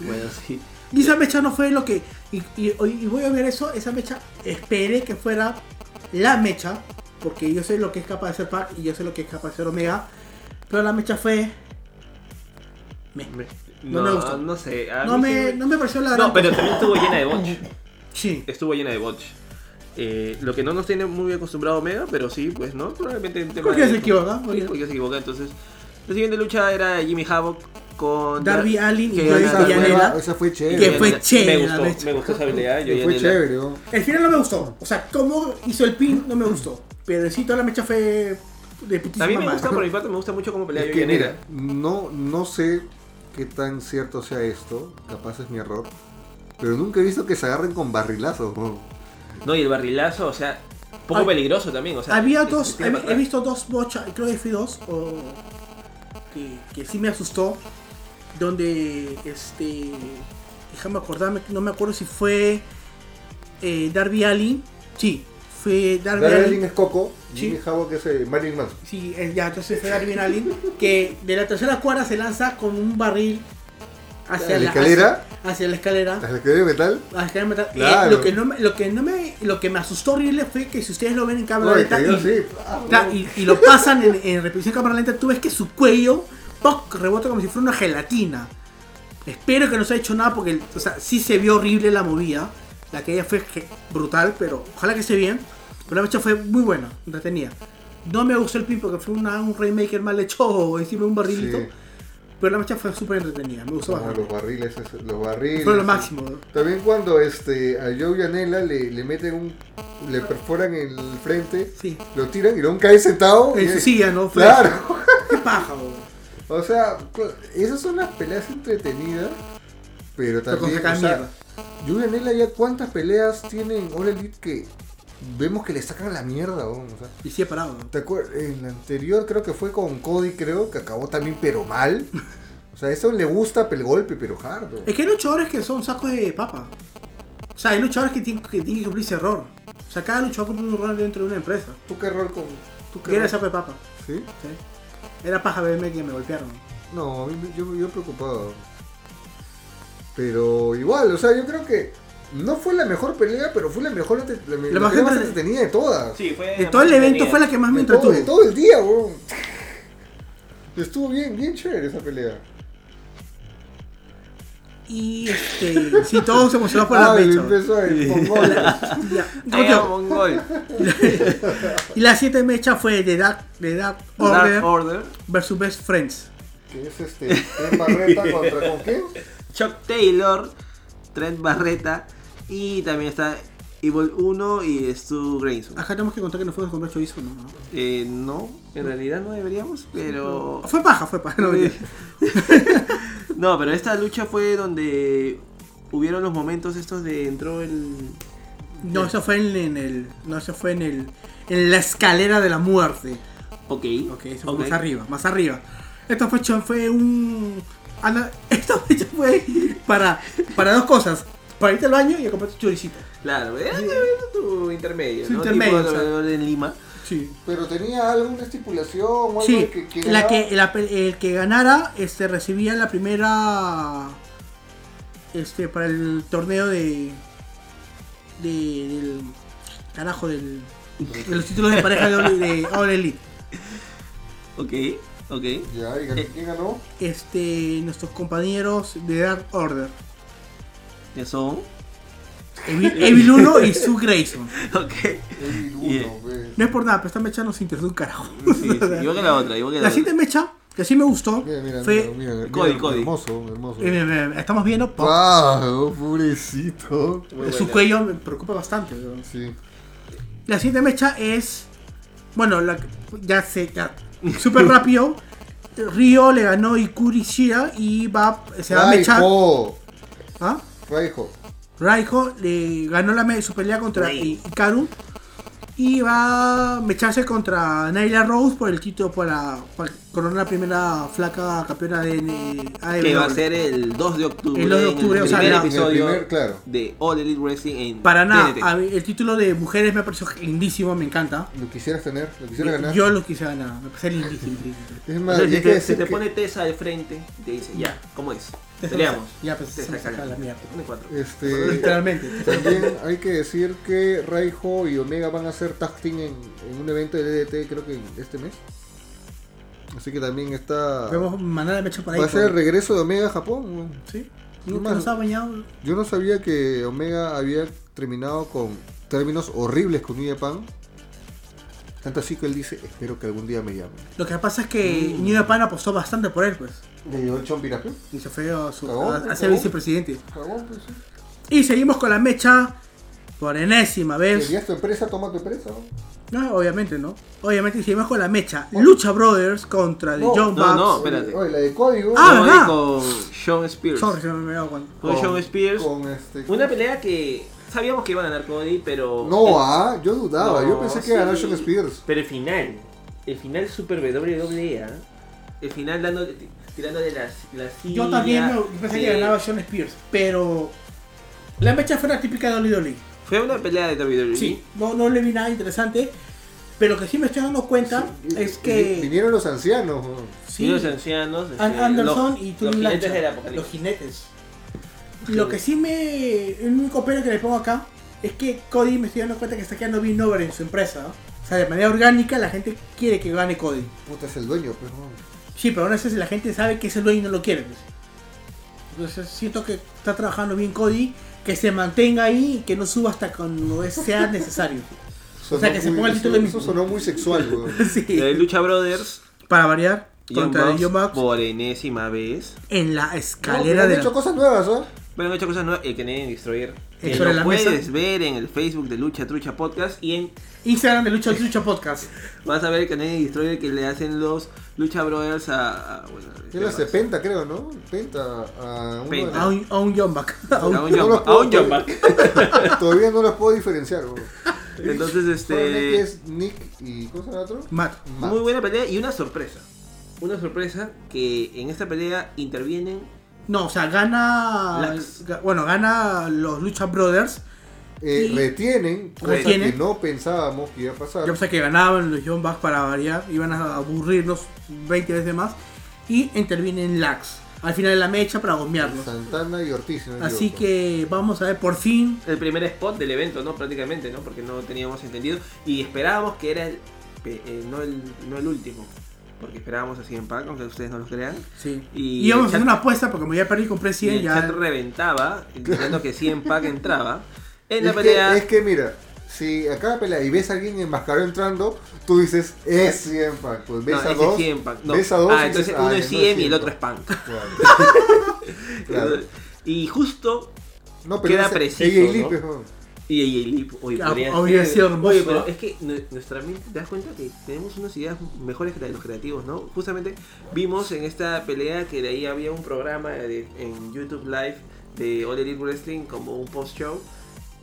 B: Bueno, sí.
C: Y esa mecha no fue lo que. Y, y- y voy a ver eso, esa mecha. Esperé que fuera la mecha. Porque yo sé lo que es capaz de hacer Pac y yo sé lo que es capaz de hacer Omega. Pero la mecha fue. Me.
B: Me-
C: No
B: no,
C: me
B: no,
C: gustó.
B: sé. a
C: No
B: mí
C: me,
B: sí
C: no me pareció la
B: No,
C: gran
B: pero
C: cosa.
B: también estuvo llena de botch.
C: Sí.
B: Estuvo llena de botch. Eh, lo que no nos tiene muy acostumbrado Omega, pero sí, pues no, probablemente en tema
C: Cualquiera
B: de-
C: se equivoca.
B: Sí, porque se equivoca, entonces. La siguiente lucha era Jimmy Havoc con
C: Darby
B: Dar-
C: Allin y
B: que
C: Joey
B: gana-
A: esa, fue,
C: Villanela.
A: esa fue
C: Que
A: chévere.
C: fue
B: Me
C: chévere la
B: gustó,
C: lucha.
B: Me gustó esa habilidad.
A: Que fue chévere, ¿no?
C: El final no me gustó. O sea, cómo hizo el pin no me gustó. Pero en sí, toda la mecha fue. De putísima
B: A mí me
C: madre.
B: gusta, por mi parte, me gusta mucho cómo pelea
A: Es que
B: Joey Janela.
A: mira, no, no sé qué tan cierto sea esto, capaz es mi error, pero nunca he visto que se agarren con barrilazos. weón.
B: No, y el barrilazo, o sea, poco
C: Ay.
B: peligroso también. O sea,
C: Había
B: es- eh. es-
C: dos,
B: tira
C: he,
B: para
C: he
B: atrás.
C: visto dos bochas, creo que fui dos, o, que, que sí me asustó, donde, este, déjame acordarme, no me acuerdo si fue eh, Darby Allin, sí, fue Darby,
A: Darby
C: Allin,
A: Allin es Coco,
C: Sí.
A: Jimmy Havoc es eh, Marilyn Manson.
C: sí, eh, ya, entonces fue Darby Allin, que de la tercera cuadra se lanza con un barril hacia
A: ¿La escalera?
C: hacia- hacia la escalera,
A: ¿Las que de metal?
C: Ah, déjame matar. Eh,
A: Claro.
C: lo que no me, lo que no me, lo que me asustó horrible fue que si ustedes lo ven en cámara
A: Oye,
C: lenta
A: cayó
C: y,
A: así.
C: claro, y, y lo pasan en, en repetición en cámara lenta, tú ves que su cuello ¡poc! rebota como si fuera una gelatina. Espero que no se haya hecho nada porque, o sea, sí se vio horrible la movida. La que ella fue ge- brutal, pero ojalá que esté bien. Pero la mecha fue muy buena, entretenida. No me gustó el pin porque fue una- un remake mal hecho o encima un barrilito.
A: Sí.
C: Pero la marcha fue súper entretenida, me gustó
A: Ah,
C: bastante.
A: los barriles, eso, los barriles.
C: Fue lo máximo. ¿no?
A: También cuando este a Joe Yanela le, le meten un. le perforan el frente,
C: Sí.
A: lo tiran y Lon cae sentado.
C: En
A: y-
C: su silla, ¿no? Fue-
A: Claro.
C: Qué paja, bro.
A: O sea, cl- esas son las peleas entretenidas, pero
C: Pero con
A: también.
C: saca
A: o sea,
C: mierda.
A: Joe Yanela ya cuántas peleas tiene en All Elite que vemos que le sacan la mierda, weón, o sea.
C: Y sí he parado. ¿no?
A: ¿Te acuerdas? En la anterior creo que fue con Cody, creo, que acabó también pero mal. O sea, eso le gusta el golpe, pero hard. ¿no?
C: Es que hay luchadores que son sacos de papa. O sea, hay luchadores que tienen que, tienen que cumplir ese error. O sea, cada luchador cumple un error dentro de una empresa.
A: ¿Tú qué rol con...? ¿Tú
C: Que
A: qué
C: era
A: rol?
C: saco de papa.
A: ¿Sí?
C: ¿sí? Era paja verme que me golpearon.
A: No, a mí me- yo, yo preocupado. Pero igual, o sea, yo creo que no fue la mejor pelea, pero fue la mejor entre- la, me-
C: La
A: la
C: más
A: pelea más
C: entreten-
A: entretenida de todas.
B: Sí, fue.
C: De todo el evento fue la que más me
A: de, todo, de
C: entretuvo.
A: todo el día, weón. Estuvo bien, bien chévere esa pelea.
C: Y este. Sí, todos emocionados por
A: Ah,
C: la
A: le
C: mecha. bro.
A: empezó el mongol.
C: Ya.
B: Era un gol.
C: Y la siguiente mecha fue de Dark, de Dark Order
B: Dark Order.
C: versus Best Friends.
A: Que es este, Ken Barreta contra con quién?
B: Chuck Taylor, Trent Barreta y también está Evil 1 y Stu Grayson.
C: Acá tenemos que contar que no fuimos a comer chorizo, ¿no? ¿no?
B: Eh, no, en realidad no deberíamos, pero...
C: Fue paja, fue paja. No,
B: No, pero esta lucha fue donde hubieron los momentos estos de entró el...
C: No, eso fue en, en el. No, eso fue en el. En la escalera de la muerte.
B: Ok.
C: Ok, eso fue
B: ok.
C: más arriba, más arriba. Esta fecha fue un. Ana- Esta fecha fue para, para dos cosas. Para irte al baño y a comprar tu choricito.
B: Claro, era tu- tu intermedio,
C: Su
B: ¿no?
C: intermedio,
B: Tipo
C: o sea.
B: alrededor en Lima.
C: Sí.
A: Pero tenía alguna estipulación o algo
C: Sí,
A: que, que
C: la
A: ganaba.
C: que, la pe- el que ganara este, recibía la primera. Este, para el torneo de. de del. carajo, del. de los títulos de pareja de All, de All Elite.
B: Ok, ok.
A: Ya, y ganó,
B: Eh.
A: ¿quién ganó?
C: Este, nuestros compañeros de Dark Order.
B: Ya son.
C: Evil, Evil 1 y Sue Grayson.
B: Ok.
A: El uno,
B: Yeah.
A: pues.
C: No es por nada, pero esta mecha nos interesó un carajo.
B: Sí, sí, igual que la otra, igual que la
C: La
B: otra.
C: siguiente mecha, que sí me gustó,
A: Mira, mira,
C: fue.
A: mira, Ah, mira,
B: Cody,
A: mira,
B: Cody.
A: Hermoso, hermoso.
C: eh, eh, eh, estamos viendo. po-
A: Wow, pobrecito.
B: Muy
C: su
B: buena.
C: cuello me preocupa bastante. weón.
A: Sí.
C: La siguiente mecha es. Bueno, la- ya sé, ya. Súper rápido. Río le ganó Ikuri Shira y va, se va a mechar.
A: Raiho,
C: ¿Ah?
A: Raiho.
C: Raiho le ganó la me- su pelea contra I- Ikaru. Y va a mecharse contra Naila Rose por el título para, para coronar la primera flaca campeona de N- AEW.
B: Que va a ser el 2 de octubre.
C: El 2 de
B: en
C: octubre, o sea,
B: primer
C: ya.
B: episodio
A: En el primer, claro.
B: de All Elite Wrestling en
C: Para nada,
B: TNT.
C: a mí el título de mujeres me pareció lindísimo, me encanta.
A: Lo quisieras tener, lo quisieras ganar.
C: Yo lo quise ganar, me parece lindísimo. lindísimo.
A: Es
B: O
A: más,
B: sea,
A: y
B: si
A: hay que
B: te, si
A: decir
B: te
A: que
B: pone Tessa al frente y te dice, ya, ¿cómo es? Peleamos.
C: Ya, pues,
B: Te
C: se me
B: saca
C: saca la mierda. Eh,
B: Pone cuatro.
A: este,
C: Literalmente.
A: también hay que decir que Raiho y Omega van a hacer tag team en, en un evento de DDT, creo que en este mes. Así que también está.
C: Podemos mandar el mecha para ahí.
A: Va a ser el
C: por-
A: regreso de Omega a Japón. weón.
C: Sí.
A: No
C: Nunca
A: más.
C: nos ha bañado.
A: Yo no sabía que Omega había terminado con términos horribles con New Japan. Tanto así que él dice, espero que algún día me llamen.
C: Lo que pasa es que
A: Mm.
C: New Japan apostó bastante por él, pues.
A: ¿Le dio el chompiraje?
C: Y se fue a, su,
A: Cagó,
C: a- a
A: cagó.
C: ser vicepresidente. pues, Y seguimos con la mecha por enésima vez.
A: ¿Querías tu empresa? Toma tu empresa. ¿no?
C: No, obviamente no. Obviamente seguimos con la mecha. Lucha Brothers contra The
A: No,
C: John
B: no,
C: Bucks.
B: no. espérate.
A: Oye, la de código.
C: Ah,
B: Como
C: ¿verdad?
B: Con Sean Spears.
C: Sorry, se me me aguanto.
B: Con, Sean Spears.
A: Con este,
B: Una pelea que sabíamos que iba a ganar Cody, pero...
A: No, ah, yo dudaba.
B: No,
A: yo pensé que
B: sí.
A: ganó Sean Spears.
B: Pero el final, el final super WWE, ¿ah? el final dando, tirándole las, las
C: Yo también
B: sillas,
C: me- pensé
B: sí.
C: que ganaba Sean Spears, pero la mecha fue una típica de WWE.
B: Fue una pelea de E. WWE.
C: Sí, no, no le vi nada interesante, pero lo que sí me estoy dando cuenta es
A: Vi-
C: que
A: Vinieron los ancianos. ¿no?
C: sí,
B: Y los ancianos. este,
C: An- Anderson
B: los-
C: y Tully
B: Los jinetes
C: Blanchard,
B: del
C: Los
B: apocalipsis.
C: jinetes. Lo que sí me. El único pero que le pongo acá es que Cody me estoy dando cuenta que está quedando bien over en su empresa. ¿no? O sea, de manera orgánica la gente quiere que gane Cody.
A: Puta, es el dueño, pues. ¿no?
C: Sí, pero aún así la gente sabe que es el dueño y no lo quiere. pues. Entonces siento que está trabajando bien Cody, que se mantenga ahí y que no suba hasta cuando es- sea necesario. O sea, que se ponga el título de mi-
A: Eso sonó muy sexual, weón.
B: La de
C: Sí.
B: Lucha Brothers.
C: Para variar, contra
B: Young
C: John
B: Bucks
C: Bucks
B: por enésima vez.
C: en la
A: No,
C: escalera
A: pero han
C: de la-
A: hecho cosas nuevas, ¿ah?
B: Bueno, han hecho cosas nuevas. El Canadian Destroyer. Que
C: sobre
B: lo
C: la
B: puedes
C: mesa.
B: ver en el Facebook de Lucha Trucha Podcast. Y en,
C: Instagram de Lucha Lucha Podcast.
B: vas a ver el Canadian Destroyer que le hacen los Lucha Brothers a. a- bueno,
A: Tiene la
B: a-
A: Penta, creo, ¿no? Penta. A uno de
B: Penta.
C: A un, a un John Buck.
B: A un
A: No los
B: Jump- a
A: puedo-
B: un Jump Back.
A: Todavía no las puedo diferenciar, weón.
B: Entonces,
A: Solamente
B: este.
A: es Nick y. ¿Cómo se llama el otro?
C: Matt.
A: Matt.
B: Muy buena pelea y una sorpresa. Una sorpresa que en esta pelea intervienen.
C: No, o sea, gana.
B: Lax.
C: ga- Bueno, gana los Lucha Brothers.
A: Eh,
C: Y-
A: retienen, cosa
C: Retienen.
A: que no pensábamos que iba a pasar.
C: Yo pensé que ganaban los John Bucks para variar. Iban a aburrirnos 20 veces más. Y intervienen Lax al final de la mecha para gomearlos.
A: Santana y Ortiz. si no me
C: Así
A: equivoco.
C: que vamos a ver por fin.
B: El primer spot del evento, ¿no? Prácticamente, ¿no? Porque no teníamos entendido. Y esperábamos que era el. pe- eh, no, el no el último. Porque esperábamos así en pack, aunque ustedes no lo crean.
C: Sí.
B: Y
C: Y, vamos
B: el
C: a hacer
B: chat-
C: una apuesta porque como ya perdí con
B: Y
C: President
B: el
C: ya.
B: chat reventaba, indicando que 100 pack entraba. En la
A: es,
B: pelea.
A: que, es que mira, si a cada pelea y ves a alguien enmascarado entrando, tú dices, es 100 pack. Pues ves
B: no,
A: a
B: ese es
A: dos.
B: 100 pack. No.
A: Ves a dos.
B: ah,
A: y
B: entonces
A: dices,
B: uno
A: "Ah,
B: es
A: no
B: 100 y el
A: 100
B: otro es punk.
A: Claro. Claro.
B: Y justo
A: No,
B: Queda
A: ese-
B: preciso,
A: ella y
B: ¿no?
A: Lipe, weón.
B: Y AJ Lee, oye,
C: Ah,
B: podría
C: hubiera
B: ser-
C: sido hermoso,
B: Oye, pero
C: ¿no?
B: es que nu- nuestra mente, te das cuenta que tenemos unas ideas mejores que las de los creativos, ¿no? Justamente vimos en esta pelea que de ahí había un programa de- en YouTube Live de All Elite Wrestling como un post-show.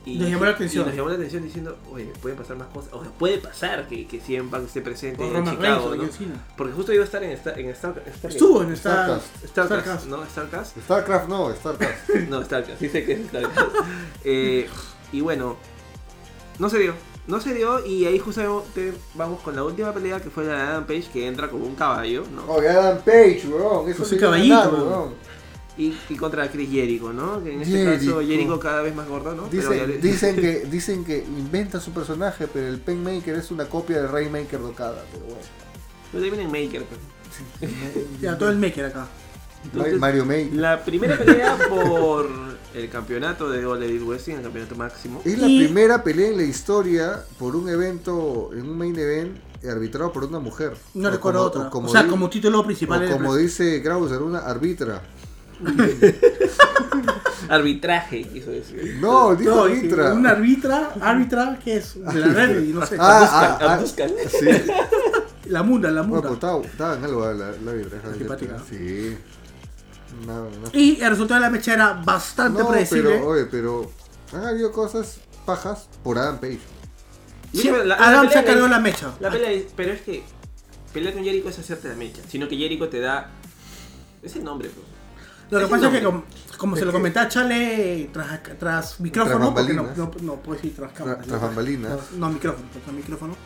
B: Y
C: Nos llamó la atención.
B: Y nos llamó la atención diciendo, oye, pueden pasar más cosas. O sea, puede pasar que, que CM Punk esté presente
C: con
B: en
C: Roman Reigns
B: Chicago,
C: o
B: ¿no?
C: John Cena.
B: Porque justo iba a estar en, Star, en Star, Star-
C: Estuvo en esta.
A: Starcast.
B: Starcast,
C: Starcast.
B: ¿no? Starcast.
A: Starcraft no, Starcraft.
B: No, Starcraft, sí sé que es Starcraft. Eh, y bueno, no se dio. No se dio y ahí justamente vamos con la última pelea que fue la de Adam Page que entra como un caballo, ¿no?
A: Oye, Adam Oh, Page, weón. Eso
C: Pues
A: sí
C: un
A: que
C: caballito,
A: ganar,
C: weón.
B: Y, y contra Chris Jericho, ¿no? Que en este
A: Jericho.
B: caso Jericho cada vez más gordo, ¿no? Pero ya
A: Dicen,
B: le-
A: dicen, que, dicen que inventa su personaje, pero el Penmaker es una copia de Raymaker Docada. Pero bueno.
B: Pero también en Maker. pues.
C: Ya, todo el maker acá.
B: Entonces,
A: Mario Maker.
B: La primera pelea por el campeonato de All Elite Wrestling, el campeonato máximo.
A: Es la
C: Y-
A: primera pelea en la historia por un evento, en un main event, arbitrado por una mujer.
C: No
A: O como-
C: recuerdo otra.
A: O como,
C: o sea,
A: di-
C: como título
A: o
C: principal. era el
A: como dice Krauser, una arbitra.
B: Arbitraje, quiso decir.
A: No, dijo
C: No,
A: arbitra.
C: Un árbitra, árbitra, ¿qué es? De la red, y no sé.
A: Ah, ah, ah,
B: Abduzcan.
A: sí.
C: La munda, la
A: Bueno,
C: munda.
A: pues estaba, estaba en algo la, la arbitra.
C: simpática, ¿no?
A: Sí. No, no.
C: Y el resultado de la mecha era bastante
A: No,
C: predecible.
A: pero, oye, pero han habido cosas pajas por Adam Page.
B: Yo
C: Sí,
B: creo que la- la
C: Adam
B: pelea
C: se cargó
B: es-
C: la mecha.
B: La pelea es, pero es que pelear con Jericho es hacerte la mecha, sino que Jericho te da ese nombre. pues.
C: Lo que
B: ese
C: pasa es que,
B: nombre.
C: como, como se lo comentaba Chale tras, tras
A: Tras
C: micrófono, porque no, no,
A: bambalinas.
C: no puedo decir tras cámara.
A: tras bambalinas.
C: No, no, micrófono, tras micrófono.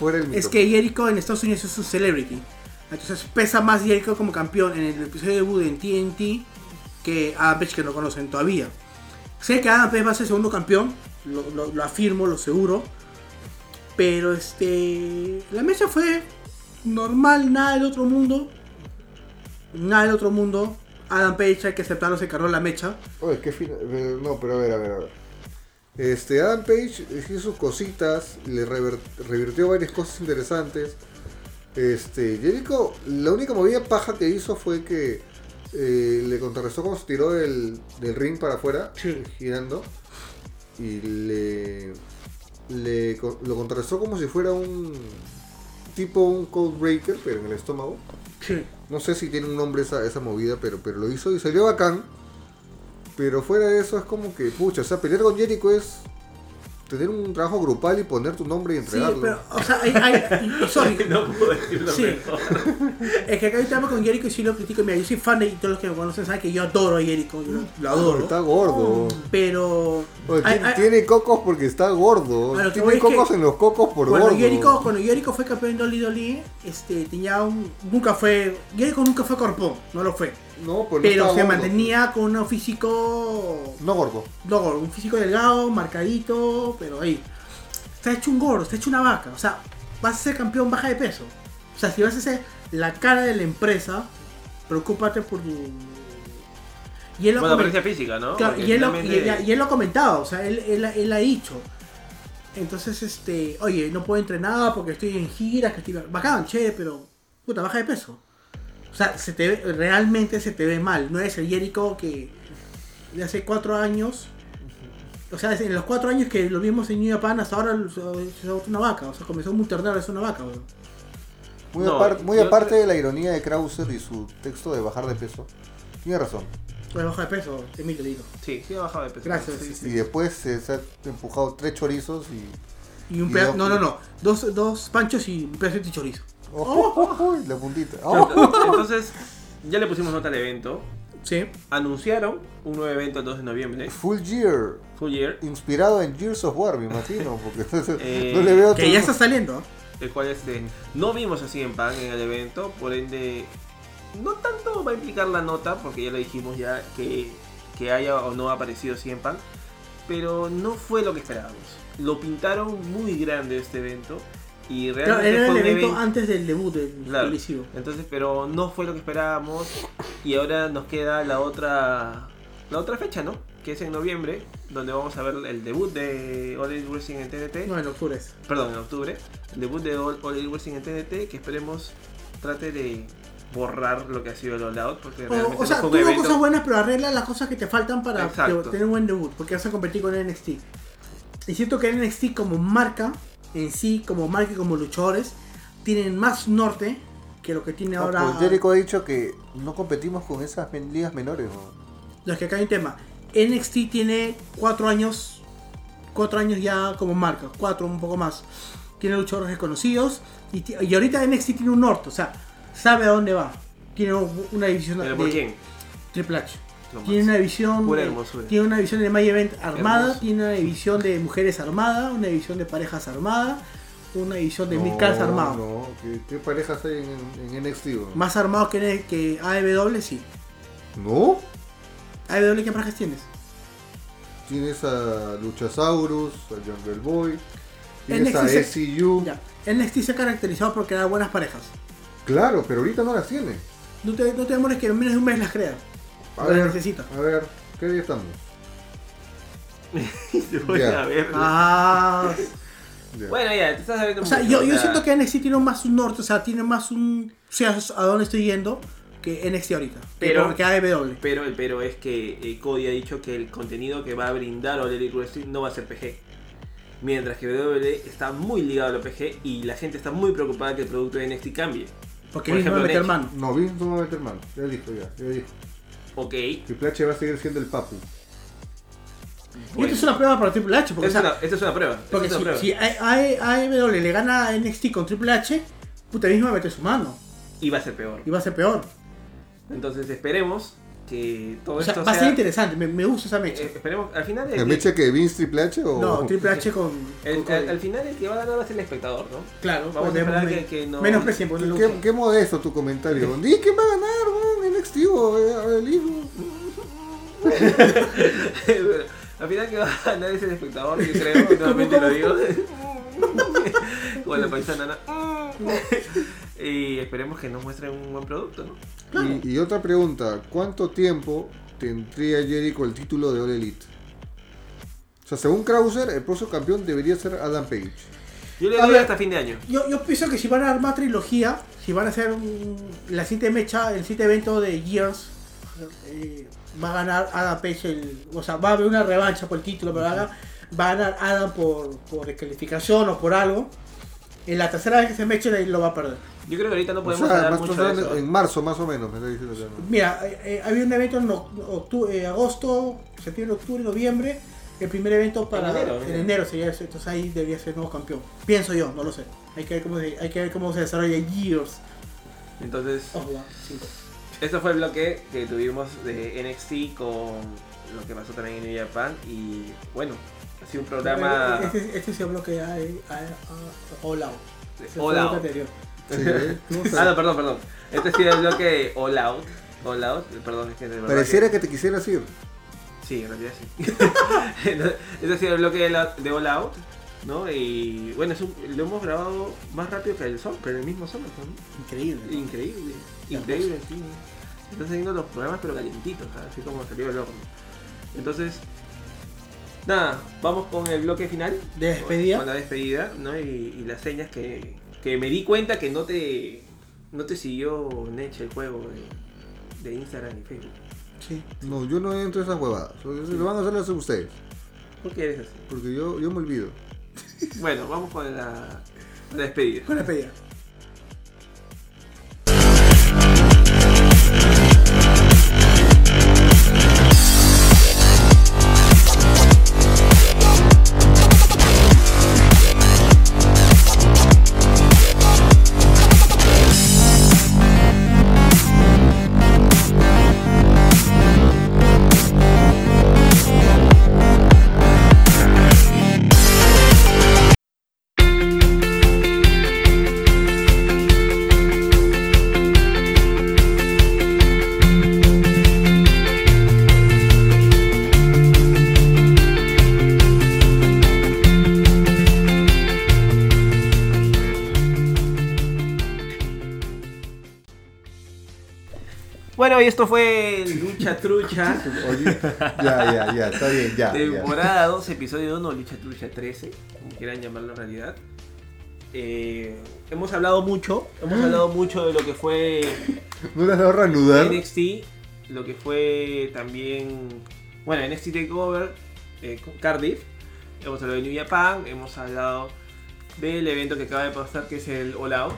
A: Fuera el
C: Es
A: micrófono.
C: que Jericho en Estados Unidos es un celebrity. Entonces pesa más Jericho como campeón en el episodio de debut en TNT que Adam Page que no conocen todavía. Sé que Adam Page va a ser segundo campeón, lo, lo- lo afirmo, lo seguro. Pero este. La mecha fue normal, nada del otro mundo. Nada del otro mundo. Adam Page hay que aceptarlo, se cargó la mecha.
A: Oye, qué fina- pero No, pero a ver, a ver, a ver. Este, Adam Page hizo sus cositas, le rever- revirtió varias cosas interesantes. Este, Jericho, la única movida paja que hizo fue que eh, le contrarrestó cuando se tiró del, del ring para afuera, girando. Y le, le co- lo contrarrestó como si fuera un tipo un cold breaker, pero en el estómago. No sé si tiene un nombre esa, esa movida, pero, pero lo hizo y salió bacán. Pero fuera de eso es como que, pucha, o sea, pelear con Jericho es tener un trabajo grupal y poner tu nombre y
C: Sí,
A: entregarlo.
C: pero, o sea, hay, hay- sorry,
B: No puedo decirlo
C: Sí.
B: mejor.
C: Es que acá yo tema con Jericho y sí lo critico. Mira, yo soy fan de y todos los que me conocen saben que yo adoro a Jericho. Yo lo- lo
A: Ah, Pero Está
C: adoro.
A: gordo.
C: Pero.
A: Oye,
C: Mm. ay,
A: tiene,
C: ay,
A: tiene cocos porque está gordo.
C: A lo que voy
A: Tiene
C: es que
A: cocos en los cocos por
C: cuando,
A: gordo.
C: Jericho, cuando Jericho fue campeón de Dolly Dolly, este, tenía un. Nunca fue. Jericho nunca fue corpón, no lo fue.
A: Pues No, pero, no
C: Pero
A: estaba
C: se
A: gordo.
C: mantenía con un físico.
A: No gordo.
C: No, un físico delgado, marcadito, pero ahí. Está hecho un gordo, está hecho una vaca. O sea, vas a ser campeón baja de peso. O sea, si vas a ser la cara de la empresa, preocúpate por tu. Y él lo,
B: Bueno,
C: comen-
B: apariencia física, ¿no?
C: claro,
B: Porque
C: y él lo- y
B: finalmente-
C: él- y él lo ha comentado, o sea, él, él- él ha dicho. Entonces, este, oye, no puedo entrenar porque estoy en giras, que estoy bacán, che, pero puta, baja de peso. O sea, se te ve- realmente se te ve mal. No eres el Jericho que de hace cuatro años. O sea, en los cuatro años que lo vimos en New Japan, hasta ahora o sea, se ha vuelto una vaca. O sea, comenzó muy ternero, es una vaca, weón.
A: Muy,
B: No,
A: apar- muy
B: yo
A: aparte
B: creo-
A: de la ironía de Krauser y su texto de bajar de peso, tiene razón.
C: Pues baja de peso, Emilio, digo.
B: Sí, sí ha bajado de peso.
C: Gracias.
B: Sí,
A: Y después se, se ha empujado tres chorizos y.
C: Y un
A: Y
C: pedazo.
A: dos-
C: No, no, no. Dos, dos panchos y un pedazo de chorizo.
A: ¡Oh! La puntita. ¡Oh!
B: Entonces, ya le pusimos nota al evento.
C: Sí.
B: Anunciaron un nuevo evento el 2 de noviembre,
A: Full Gear.
B: Full Year,
A: Inspirado en Gears of War, me imagino. Porque
B: Eh,
A: no le veo
C: Que ya está saliendo. ¿ah?
B: el cual este, no vimos así en pan en el evento, por ende, no tanto va a implicar la nota, porque ya lo dijimos ya que, que haya o no aparecido CM Punk, pero no fue lo que esperábamos. Lo pintaron muy grande este evento y
C: Claro,
B: realmente
C: era el
B: fue un
C: evento
B: evento
C: antes del debut del
B: Claro.
C: televisivo.
B: Entonces, pero no fue lo que esperábamos. Y ahora nos queda la otra la otra fecha, ¿no? Que es en noviembre, donde vamos a ver el debut de All Elite Wrestling en TNT.
C: No, en octubre es.
B: Perdón, en octubre. El debut de All, All Elite Wrestling en TNT, que esperemos trate de borrar lo que ha sido el All Out, porque
C: Oh, O,
B: realmente
C: o sea,
B: no fue un
C: tuvo
B: evento.
C: cosas buenas, pero arregla las cosas que te faltan para
B: Exacto.
C: te- tener un buen debut, porque vas a competir con NXT. Y siento que NXT como marca, en sí, como marca y como luchadores, tienen más norte que lo que tiene ahora
A: Pues Jericho ha dicho que no competimos con esas men- ligas menores. ¿no?
C: los que acá hay un tema. NXT tiene cuatro años, cuatro años ya como marca, cuatro un poco más. Tiene luchadores reconocidos y, ti- y ahorita NXT tiene un norte, o sea, sabe a dónde va. Tiene un- una división
B: Pero ¿por
C: de-
B: quién?
C: Triple H.
B: Lo
C: Tiene
B: más.
C: una visión.
B: Pura
C: de-
B: hermosura.
C: Tiene una visión de My Event armada,
B: Hermoso.
C: tiene una división de mujeres armada, una división de parejas armada, una división de
A: No,
C: midcards armado.
A: No, ¿qué, qué parejas hay en, en NXT? bro?
C: Más armado que, en el- que AEW, sí.
A: ¿No?
C: ¿AEW qué parejas tienes?
A: Tienes a Luchasaurus, a Jungle Boy, tienes
C: NXT
A: a
C: se-
B: Uh.
A: SCU.
C: Ya. NXT se ha caracterizado por crear buenas parejas.
A: Claro, pero ahorita no las tiene.
C: No te, no te demores que en menos de un mes las creas.
A: A
C: Las
A: ver,
C: necesito.
A: a ver, ¿qué día estamos?
B: Te voy
A: Ya.
B: a ver.
C: Ah,
A: Ya.
B: Bueno, ya, te estás sabiendo
C: o sea,
B: mucho,
C: yo,
B: o
C: yo
B: sea,
C: siento que NXT tiene más un norte, o sea, tiene más un. O sea, a dónde estoy yendo que NXT ahorita.
B: Pero-
C: que AEW.
B: Pero el pero es que eh, Cody ha dicho que el contenido que va a brindar All Elite Wrestling no va a ser PG. Mientras que WWE está muy ligado a lo PG y la gente está muy preocupada que el producto de NXT cambie.
C: Porque
B: por
C: mismo
B: ejemplo,
C: meter
B: Next.
C: mano.
A: No, Vince no va a meter mano. Ya dijo, ya, ya dijo.
B: Ok.
A: Triple H va a seguir siendo el papu.
B: Eh,
C: Y esto es una prueba para Triple H, porque,
B: Esta
C: o sea,
B: es una- esta es una prueba. esta
C: porque
B: es una prueba.
C: si, si A- A- AEW le gana a NXT con Triple H, puta mismo va a meter su mano
B: Y va a ser peor.
C: y va a ser peor.
B: Entonces esperemos que todo
C: O sea,
B: esto
C: va a
B: sea...
C: ser interesante, me, me gusta esa mecha.
B: eh, esperemos, al final...
A: ¿La
B: El,
A: mecha que Vince Triple H o.?
C: no, Triple H con.
B: el-
C: con
B: al-
C: Cody.
B: al final el que va a ganar va a ser el espectador, ¿no?
C: claro,
B: vamos a
C: podemos
B: esperar
C: ver-
B: que- que no-
C: Menos presión, porque no lo
A: ¿Qué,
C: usan.
A: qué modesto tu comentario. Di quién va a ganar, weón, NXT o eh, el hijo.
B: Bueno, al final que va a ganar es el espectador, yo creo, nuevamente lo digo. Con la paisana, ¿no? y esperemos que nos muestren un buen producto, ¿no?
A: Y, y otra pregunta, ¿cuánto tiempo tendría Jericho el título de All Elite? O sea, según Krauser, el próximo campeón debería ser Adam Page.
B: Yo le
C: A
B: doy
C: ver.
B: hasta fin de año.
C: Yo, yo pienso que si van a armar trilogía, si van a hacer un- la siguiente mecha, el siguiente evento de Gears, eh, va a ganar Adam Page, el, o sea, va a haber una revancha por el título, pero va a ganar- va a ganar Adam por, por descalificación o por algo. En la tercera vez que se meche él lo va a perder.
B: Yo creo que ahorita no
A: O
B: podemos
A: sea,
B: hablar
A: más-
B: mucho
A: más-
B: de eso.
A: en marzo más o menos, me está diciendo. acá, ¿no?
C: Mira, eh, eh, había un evento en oc- octu- eh, agosto, septiembre, octubre, noviembre. El primer evento para
B: En enero,
C: en
B: mira.
C: enero sería eso, entonces ahí debería ser nuevo campeón. Pienso yo, no lo sé. Hay que ver cómo se, hay que ver cómo se desarrolla Gears.
B: Entonces,
C: of War 5.
B: este fue el bloque que tuvimos de NXT con lo que pasó también en New Japan. Y bueno, ha sido un programa
C: Este, este se bloque a, a, a ah, All Out.
B: de
C: Se
B: All
C: fue el
B: Out.
C: anterior.
A: Sí, ¿eh? No sé.
B: Ah, no, perdón, perdón. Este ha sido el bloque de All Out. All Out, perdón, es que de verdad que-
A: Pareciera que te quisieras ir.
B: Sí, en realidad sí. Entonces, Ese ha sido el bloque de, la- de All Out, ¿no? Y bueno, es un- lo hemos grabado más rápido que el sol, pero el mismo sol, ¿no?
C: Increíble.
B: Increíble, increíble, sí. Están saliendo los programas pero calientitos, ¿sabes? así como salió el horno. Entonces, Nada, vamos con el bloque final.
C: ¿De despedida?
B: Con la despedida, ¿no? Y, y las señas que, que me di cuenta que no te no te siguió Neche el juego de, de Instagram y Facebook.
C: Sí.
A: No, yo no entro a esas huevadas. Lo van a hacer las ustedes.
B: ¿Por qué eres así?
A: Porque yo, yo me olvido.
B: Bueno, vamos con la, la despedida.
C: Con la despedida.
B: Bueno, y esto fue el Lucha Trucha.
A: Oye, ya, ya, ya, está bien, Ah, ya. ya.
B: Temporada 2, episodio 1, Lucha Trucha 13, como quieran llamarlo en realidad. Eh, hemos hablado mucho, hemos hablado mucho de lo que fue
A: No le has dado reanudar.
B: NXT, lo que fue también, bueno, NXT Takeover, eh, Cardiff, hemos hablado de New Japan, hemos hablado del evento que acaba de pasar que es el All Out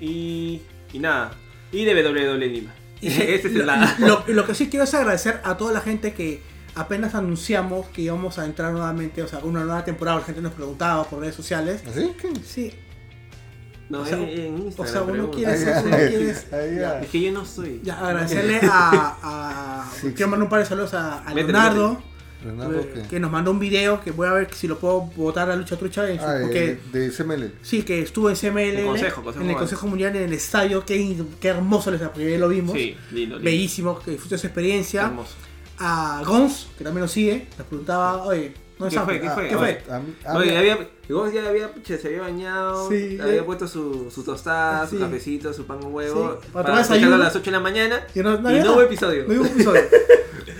B: y, y nada, y de WWE Lima. Ese es el nada.
C: Lo, lo que sí quiero es agradecer a toda la gente que apenas anunciamos que íbamos a entrar nuevamente, o sea, una nueva temporada, la gente nos preguntaba por redes sociales.
A: ¿Así? ¿Qué?
C: Sí,
B: No,
C: O sea,
B: en, en
C: o
B: Instagram.
C: sea, uno
B: pregunta.
C: quiere ser, uno quiere ser-
A: Ahí ya.
B: Es que yo no soy.
C: Ya, agradecerle a, a- quiero mandar un par de saludos a, a
B: Métele,
C: Leonardo,
A: Renato,
C: eh,
A: ¿qué?
C: que nos mandó un video que voy a ver si lo puedo botar a Lucha Trucha en su-
A: Ah,
C: porque
A: eh, de CML.
C: sí que estuvo en CML
B: El consejo, consejo
C: en el
B: mundial.
C: Consejo Mundial en el estadio, qué, qué hermoso les porque ya lo vimos.
B: Sí, lindo, lindo.
C: Bellísimo, que disfrutó esa experiencia.
B: Hermoso.
C: A Gons, que también nos sigue, nos preguntaba, oye, ¿dónde
B: ¿Qué
C: está?
B: fue? ¿Qué fue?
C: ¿Qué fue?
A: Ah, A mí- a
B: Oye,
A: mí-
B: había, Gomes ya había, pucha, se había bañado,
C: Sí.
B: había puesto su, su tostada, su
C: Sí.
B: cafecito, su pan con huevo,
C: Sí. Para
B: para,
C: tomar
B: escucharlo a
C: desayuno.
B: las 8 de la mañana y
C: Y no-
B: no,
C: no había
B: hubo
C: nada.
B: episodio.
C: No hubo episodio.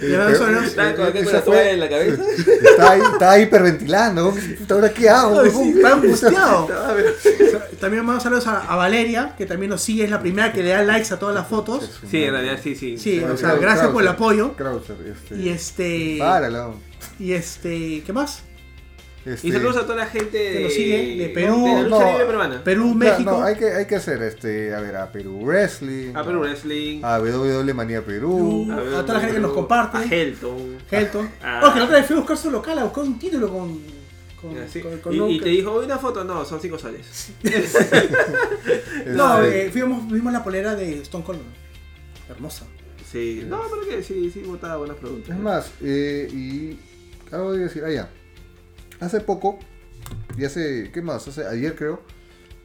C: Y ahora
A: Pero-
C: solo-
B: Estaban con
A: Esa
B: con la
A: fue-
B: toalla en la cabeza.
A: Está ahí, está hiperventilando. ¿Ahora qué hago?
C: Ay, sí, está angustiado.
B: Estaba- pero-
C: eh, También mandamos saludos a, a Valeria, que también nos sigue, es la primera que le da likes a todas las fotos.
B: Sí, en realidad sí, sí.
C: Sí, o sea,
A: Krauser,
C: gracias por el
A: Krauser,
C: apoyo.
A: Krauser, este.
C: Y este.
A: Páralo.
C: Y este. ¿Qué más?
A: Este,
B: Y saludos a toda la gente de,
C: nos sigue, de Perú,
B: de la lucha
A: no,
B: libre peruana.
C: Perú,
A: No,
C: México.
A: no, hay que, hay que hacer este, a ver, a Perú Wrestling.
B: a Perú Wrestling, Uh,
A: A WWE Manía Perú.
C: a
B: ver,
C: toda la gente que
B: Perú,
C: nos comparte.
B: a Helton.
C: Helton.
B: Ah.
C: Porque Oh, la otra vez fui a buscar su local, a buscar un título con. con,
B: Así.
C: con- con
B: y,
C: un-
B: y te dijo, "Oye, una foto? No, son 5 soles.
C: No,
A: Este,
C: eh, fuimos, vimos la polera de Stone Cold. Hermosa.
B: Sí, no, pero que sí, sí, botaba buenas preguntas.
A: Es más, eh, y acabo de decir, ah, ya. Hace poco, y hace, ¿qué más? Hace, ayer creo,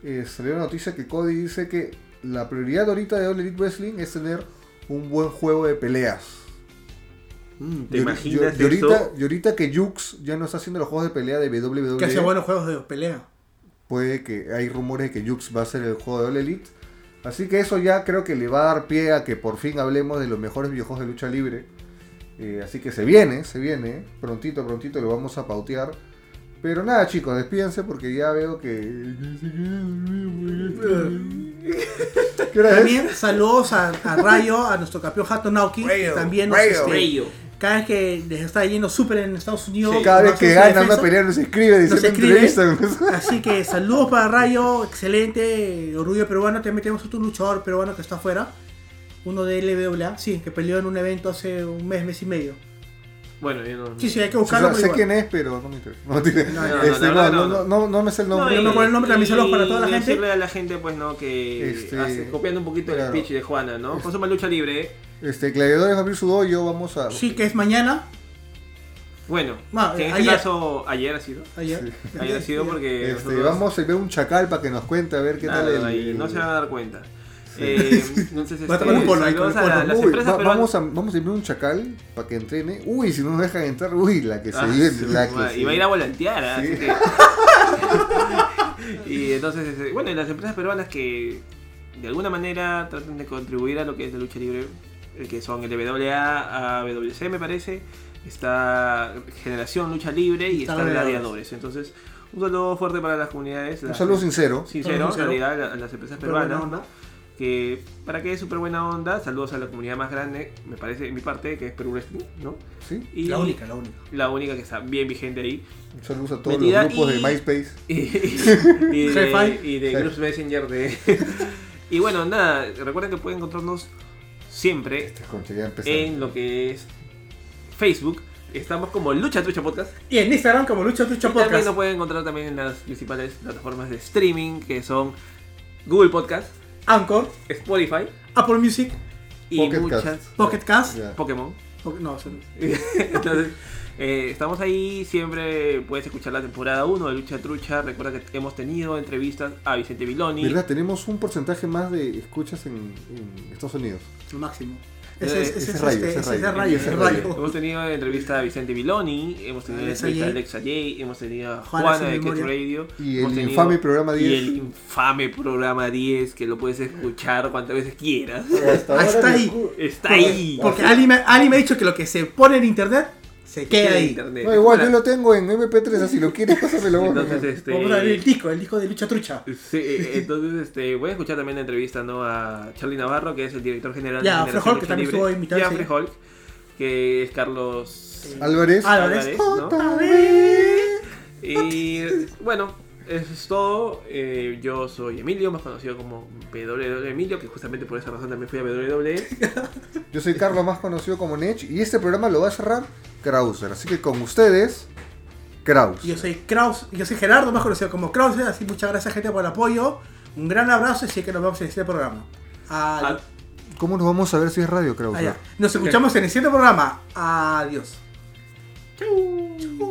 A: eh, salió la noticia que Cody dice que la prioridad ahorita de All Elite Wrestling es tener un buen juego de peleas.
B: Mm, ¿Te
A: Y-
B: imaginas
A: y, y ahorita,
B: eso?
A: y ahorita que Jux ya no está haciendo los juegos de pelea de E, WWE,
C: Que hace buenos juegos de pelea.
A: puede que hay rumores de que Jux va a ser el juego de All Elite. Así que eso ya creo que le va a dar pie a que por fin hablemos de los mejores videojuegos de lucha libre. Eh, así que se viene, se viene. ¿eh? Prontito, prontito lo vamos a pautear. Pero nada chicos, despídense porque ya veo que... ¿Qué hora es?
C: También saludos a, a Rayo, a nuestro campeón Hato Naoki. que también nos, este,
B: Rayo.
C: Cada vez que les está yendo súper en Estados Unidos.
B: Sí.
A: Cada vez
C: hace
A: que
C: su
A: gana una
C: defensa.
A: pelea nos escribe
C: nos
A: diciendo
C: escribe.
A: entrevista.
C: Así que saludos para Rayo, excelente, orgullo peruano. También tenemos otro luchador peruano que está afuera, uno de LWA, sí, que peleó en un evento hace un mes, mes y medio.
B: Bueno, yo no.
C: Sí, sí, hay que
A: O sea,
C: buscarlo. pero
A: sé
C: igual.
A: quién es, pero no me interesa. No, mentira.
C: No, no, no,
A: Este,
B: la
A: no,
B: verdad
A: no,
B: no.
A: no, no, no me sé el nombre.
C: yo me acuerdo el nombre, también saludos para toda la
B: y
C: gente.
B: Decirle a la gente, pues, ¿no? Que
A: Este,
B: hace- copiando un poquito
A: claro.
B: el speech de Juana, ¿no? Consuma lucha libre.
A: Este, Gladiadores va a abrir su dojo, vamos a...
C: Sí, que es mañana.
B: Bueno,
C: Ah,
B: que en
C: eh,
B: este
C: ayer.
B: caso ayer ha sido.
C: Ayer.
B: Ayer ha sido porque
A: Este,
B: nosotros-
A: vamos a ver un chacal para que nos cuente a ver qué
B: Nada,
A: tal el,
B: ahí,
A: el-
B: no se van a dar cuenta. Eh, entonces, este,
C: Va a tomar un polo ahí con
B: saludos
C: el
B: a la-
C: cuerno.
B: las
A: Uy,
B: empresas
A: va-
B: peruanas.
A: vamos a vamos a enviar un chacal para que entrene. Uy, si no nos dejan entrar, uy, la que se
B: Ah,
A: viene,
B: su
A: la
B: madre,
A: que
B: y
A: se-
B: va a ir a volantear, ¿ah? así que- y entonces, este, bueno, y las empresas peruanas que de alguna manera tratan de contribuir a lo que es la lucha libre, eh, que son LWA, AWC me parece, está Generación Lucha Libre y
C: Está
B: están
C: Gladiadores.
B: Gladiadores. Entonces, un saludo fuerte para las comunidades.
A: Un
B: las- em,
A: saludo sincero.
B: sincero, en
C: Sincero.
B: realidad, a- a las empresas
C: Pero buena
B: peruanas.
C: onda.
B: Que para que es súper buena onda, saludos a la comunidad más grande, me parece, en mi parte, que es Perú Wrestling, ¿no?
A: ¿sí?
B: Y
C: La única, la única.
B: La única que está bien vigente ahí.
A: Un saludo a todos
B: Metida
A: los grupos
B: y-
A: de MySpace.
B: y, y de,
C: Hi-Fi.
B: y de
A: Sí.
B: Groups Messenger de... y bueno, nada, recuerden que pueden encontrarnos siempre
A: Este, concha, ya empezó.
B: en lo que es Facebook. Estamos como Lucha Trucha Podcast.
C: Y en Instagram como Lucha Trucha
B: Y También
C: Podcast.
B: lo pueden encontrar también en las principales plataformas de streaming que son Google Podcast,
C: Anchor,
B: Spotify
C: Apple Music,
B: y
A: Pocket
B: muchas
A: Cast.
C: Pocket Cast.
A: Ya.
B: Pokémon.
C: Po- No, o sea,
B: Entonces, eh, estamos ahí, siempre puedes escuchar la temporada 1 de Lucha Trucha. Recuerda que hemos tenido entrevistas a Vicente Viloni.
A: ¿Verdad? Tenemos un porcentaje más de escuchas en, en Estados Unidos.
C: lo máximo.
B: Eh,
C: Ese es
A: ese
C: ese es
A: rayo,
C: este,
A: ese
C: ese es
A: rayo.
C: el rayo, ese
A: Ese
C: es
A: rayo.
C: rayo.
B: Hemos tenido entrevista a Vicente Viloni, hemos tenido
C: Alexa
B: entrevista a
C: Jay.
B: Alexa Jay, hemos tenido a
C: Juana
B: Juana
C: sin
B: de Cat
C: memoria.
B: Radio.
A: Y
B: hemos
A: el
B: tenido-
A: infame programa
B: Y
A: 10.
B: el infame programa 10 que lo puedes escuchar cuantas veces quieras.
A: Hasta
C: Ahí está
A: ni
C: ahí.
A: cu-
B: Está ahí.
C: Porque Ali me, Ali me ha dicho que lo que se pone en internet se queda
B: en
C: ahí.
B: internet.
A: No, igual, yo lo tengo en MP3, así lo quieres, pásamelo. vos,
B: Entonces,
A: ¿no?
B: este...
C: Vamos a ver el disco, el disco de Lucha Trucha.
B: Sí, eh, entonces este, voy a escuchar también la entrevista ¿no? a Charlie Navarro, que es el director general
C: Ya, a
B: de
C: Frejol, que
B: Lucha
C: también
B: Libre,
C: estuvo invitado,
B: y a
C: sí.
B: Frejol, que es Carlos
A: Álvarez.
C: Álvarez.
B: ¿no?
A: Otra vez.
B: Y bueno, eso es todo. Eh, yo soy Emilio, más conocido como PW Emilio, que justamente por esa razón también fui a E. WWE.
A: Yo soy Carlos, más conocido como Nech, y este programa lo va a cerrar Krauser. Así que con ustedes, Kraus.
C: Yo soy Kraus, yo soy Gerardo, más conocido como Kraus, así muchas gracias gente por el apoyo. Un gran abrazo y sé que nos vemos en este programa.
B: Ah,
C: Adiós.
A: ¿Cómo nos vamos a ver si es radio, Krauser?
C: Nos escuchamos en el siguiente programa. Adiós. Chau.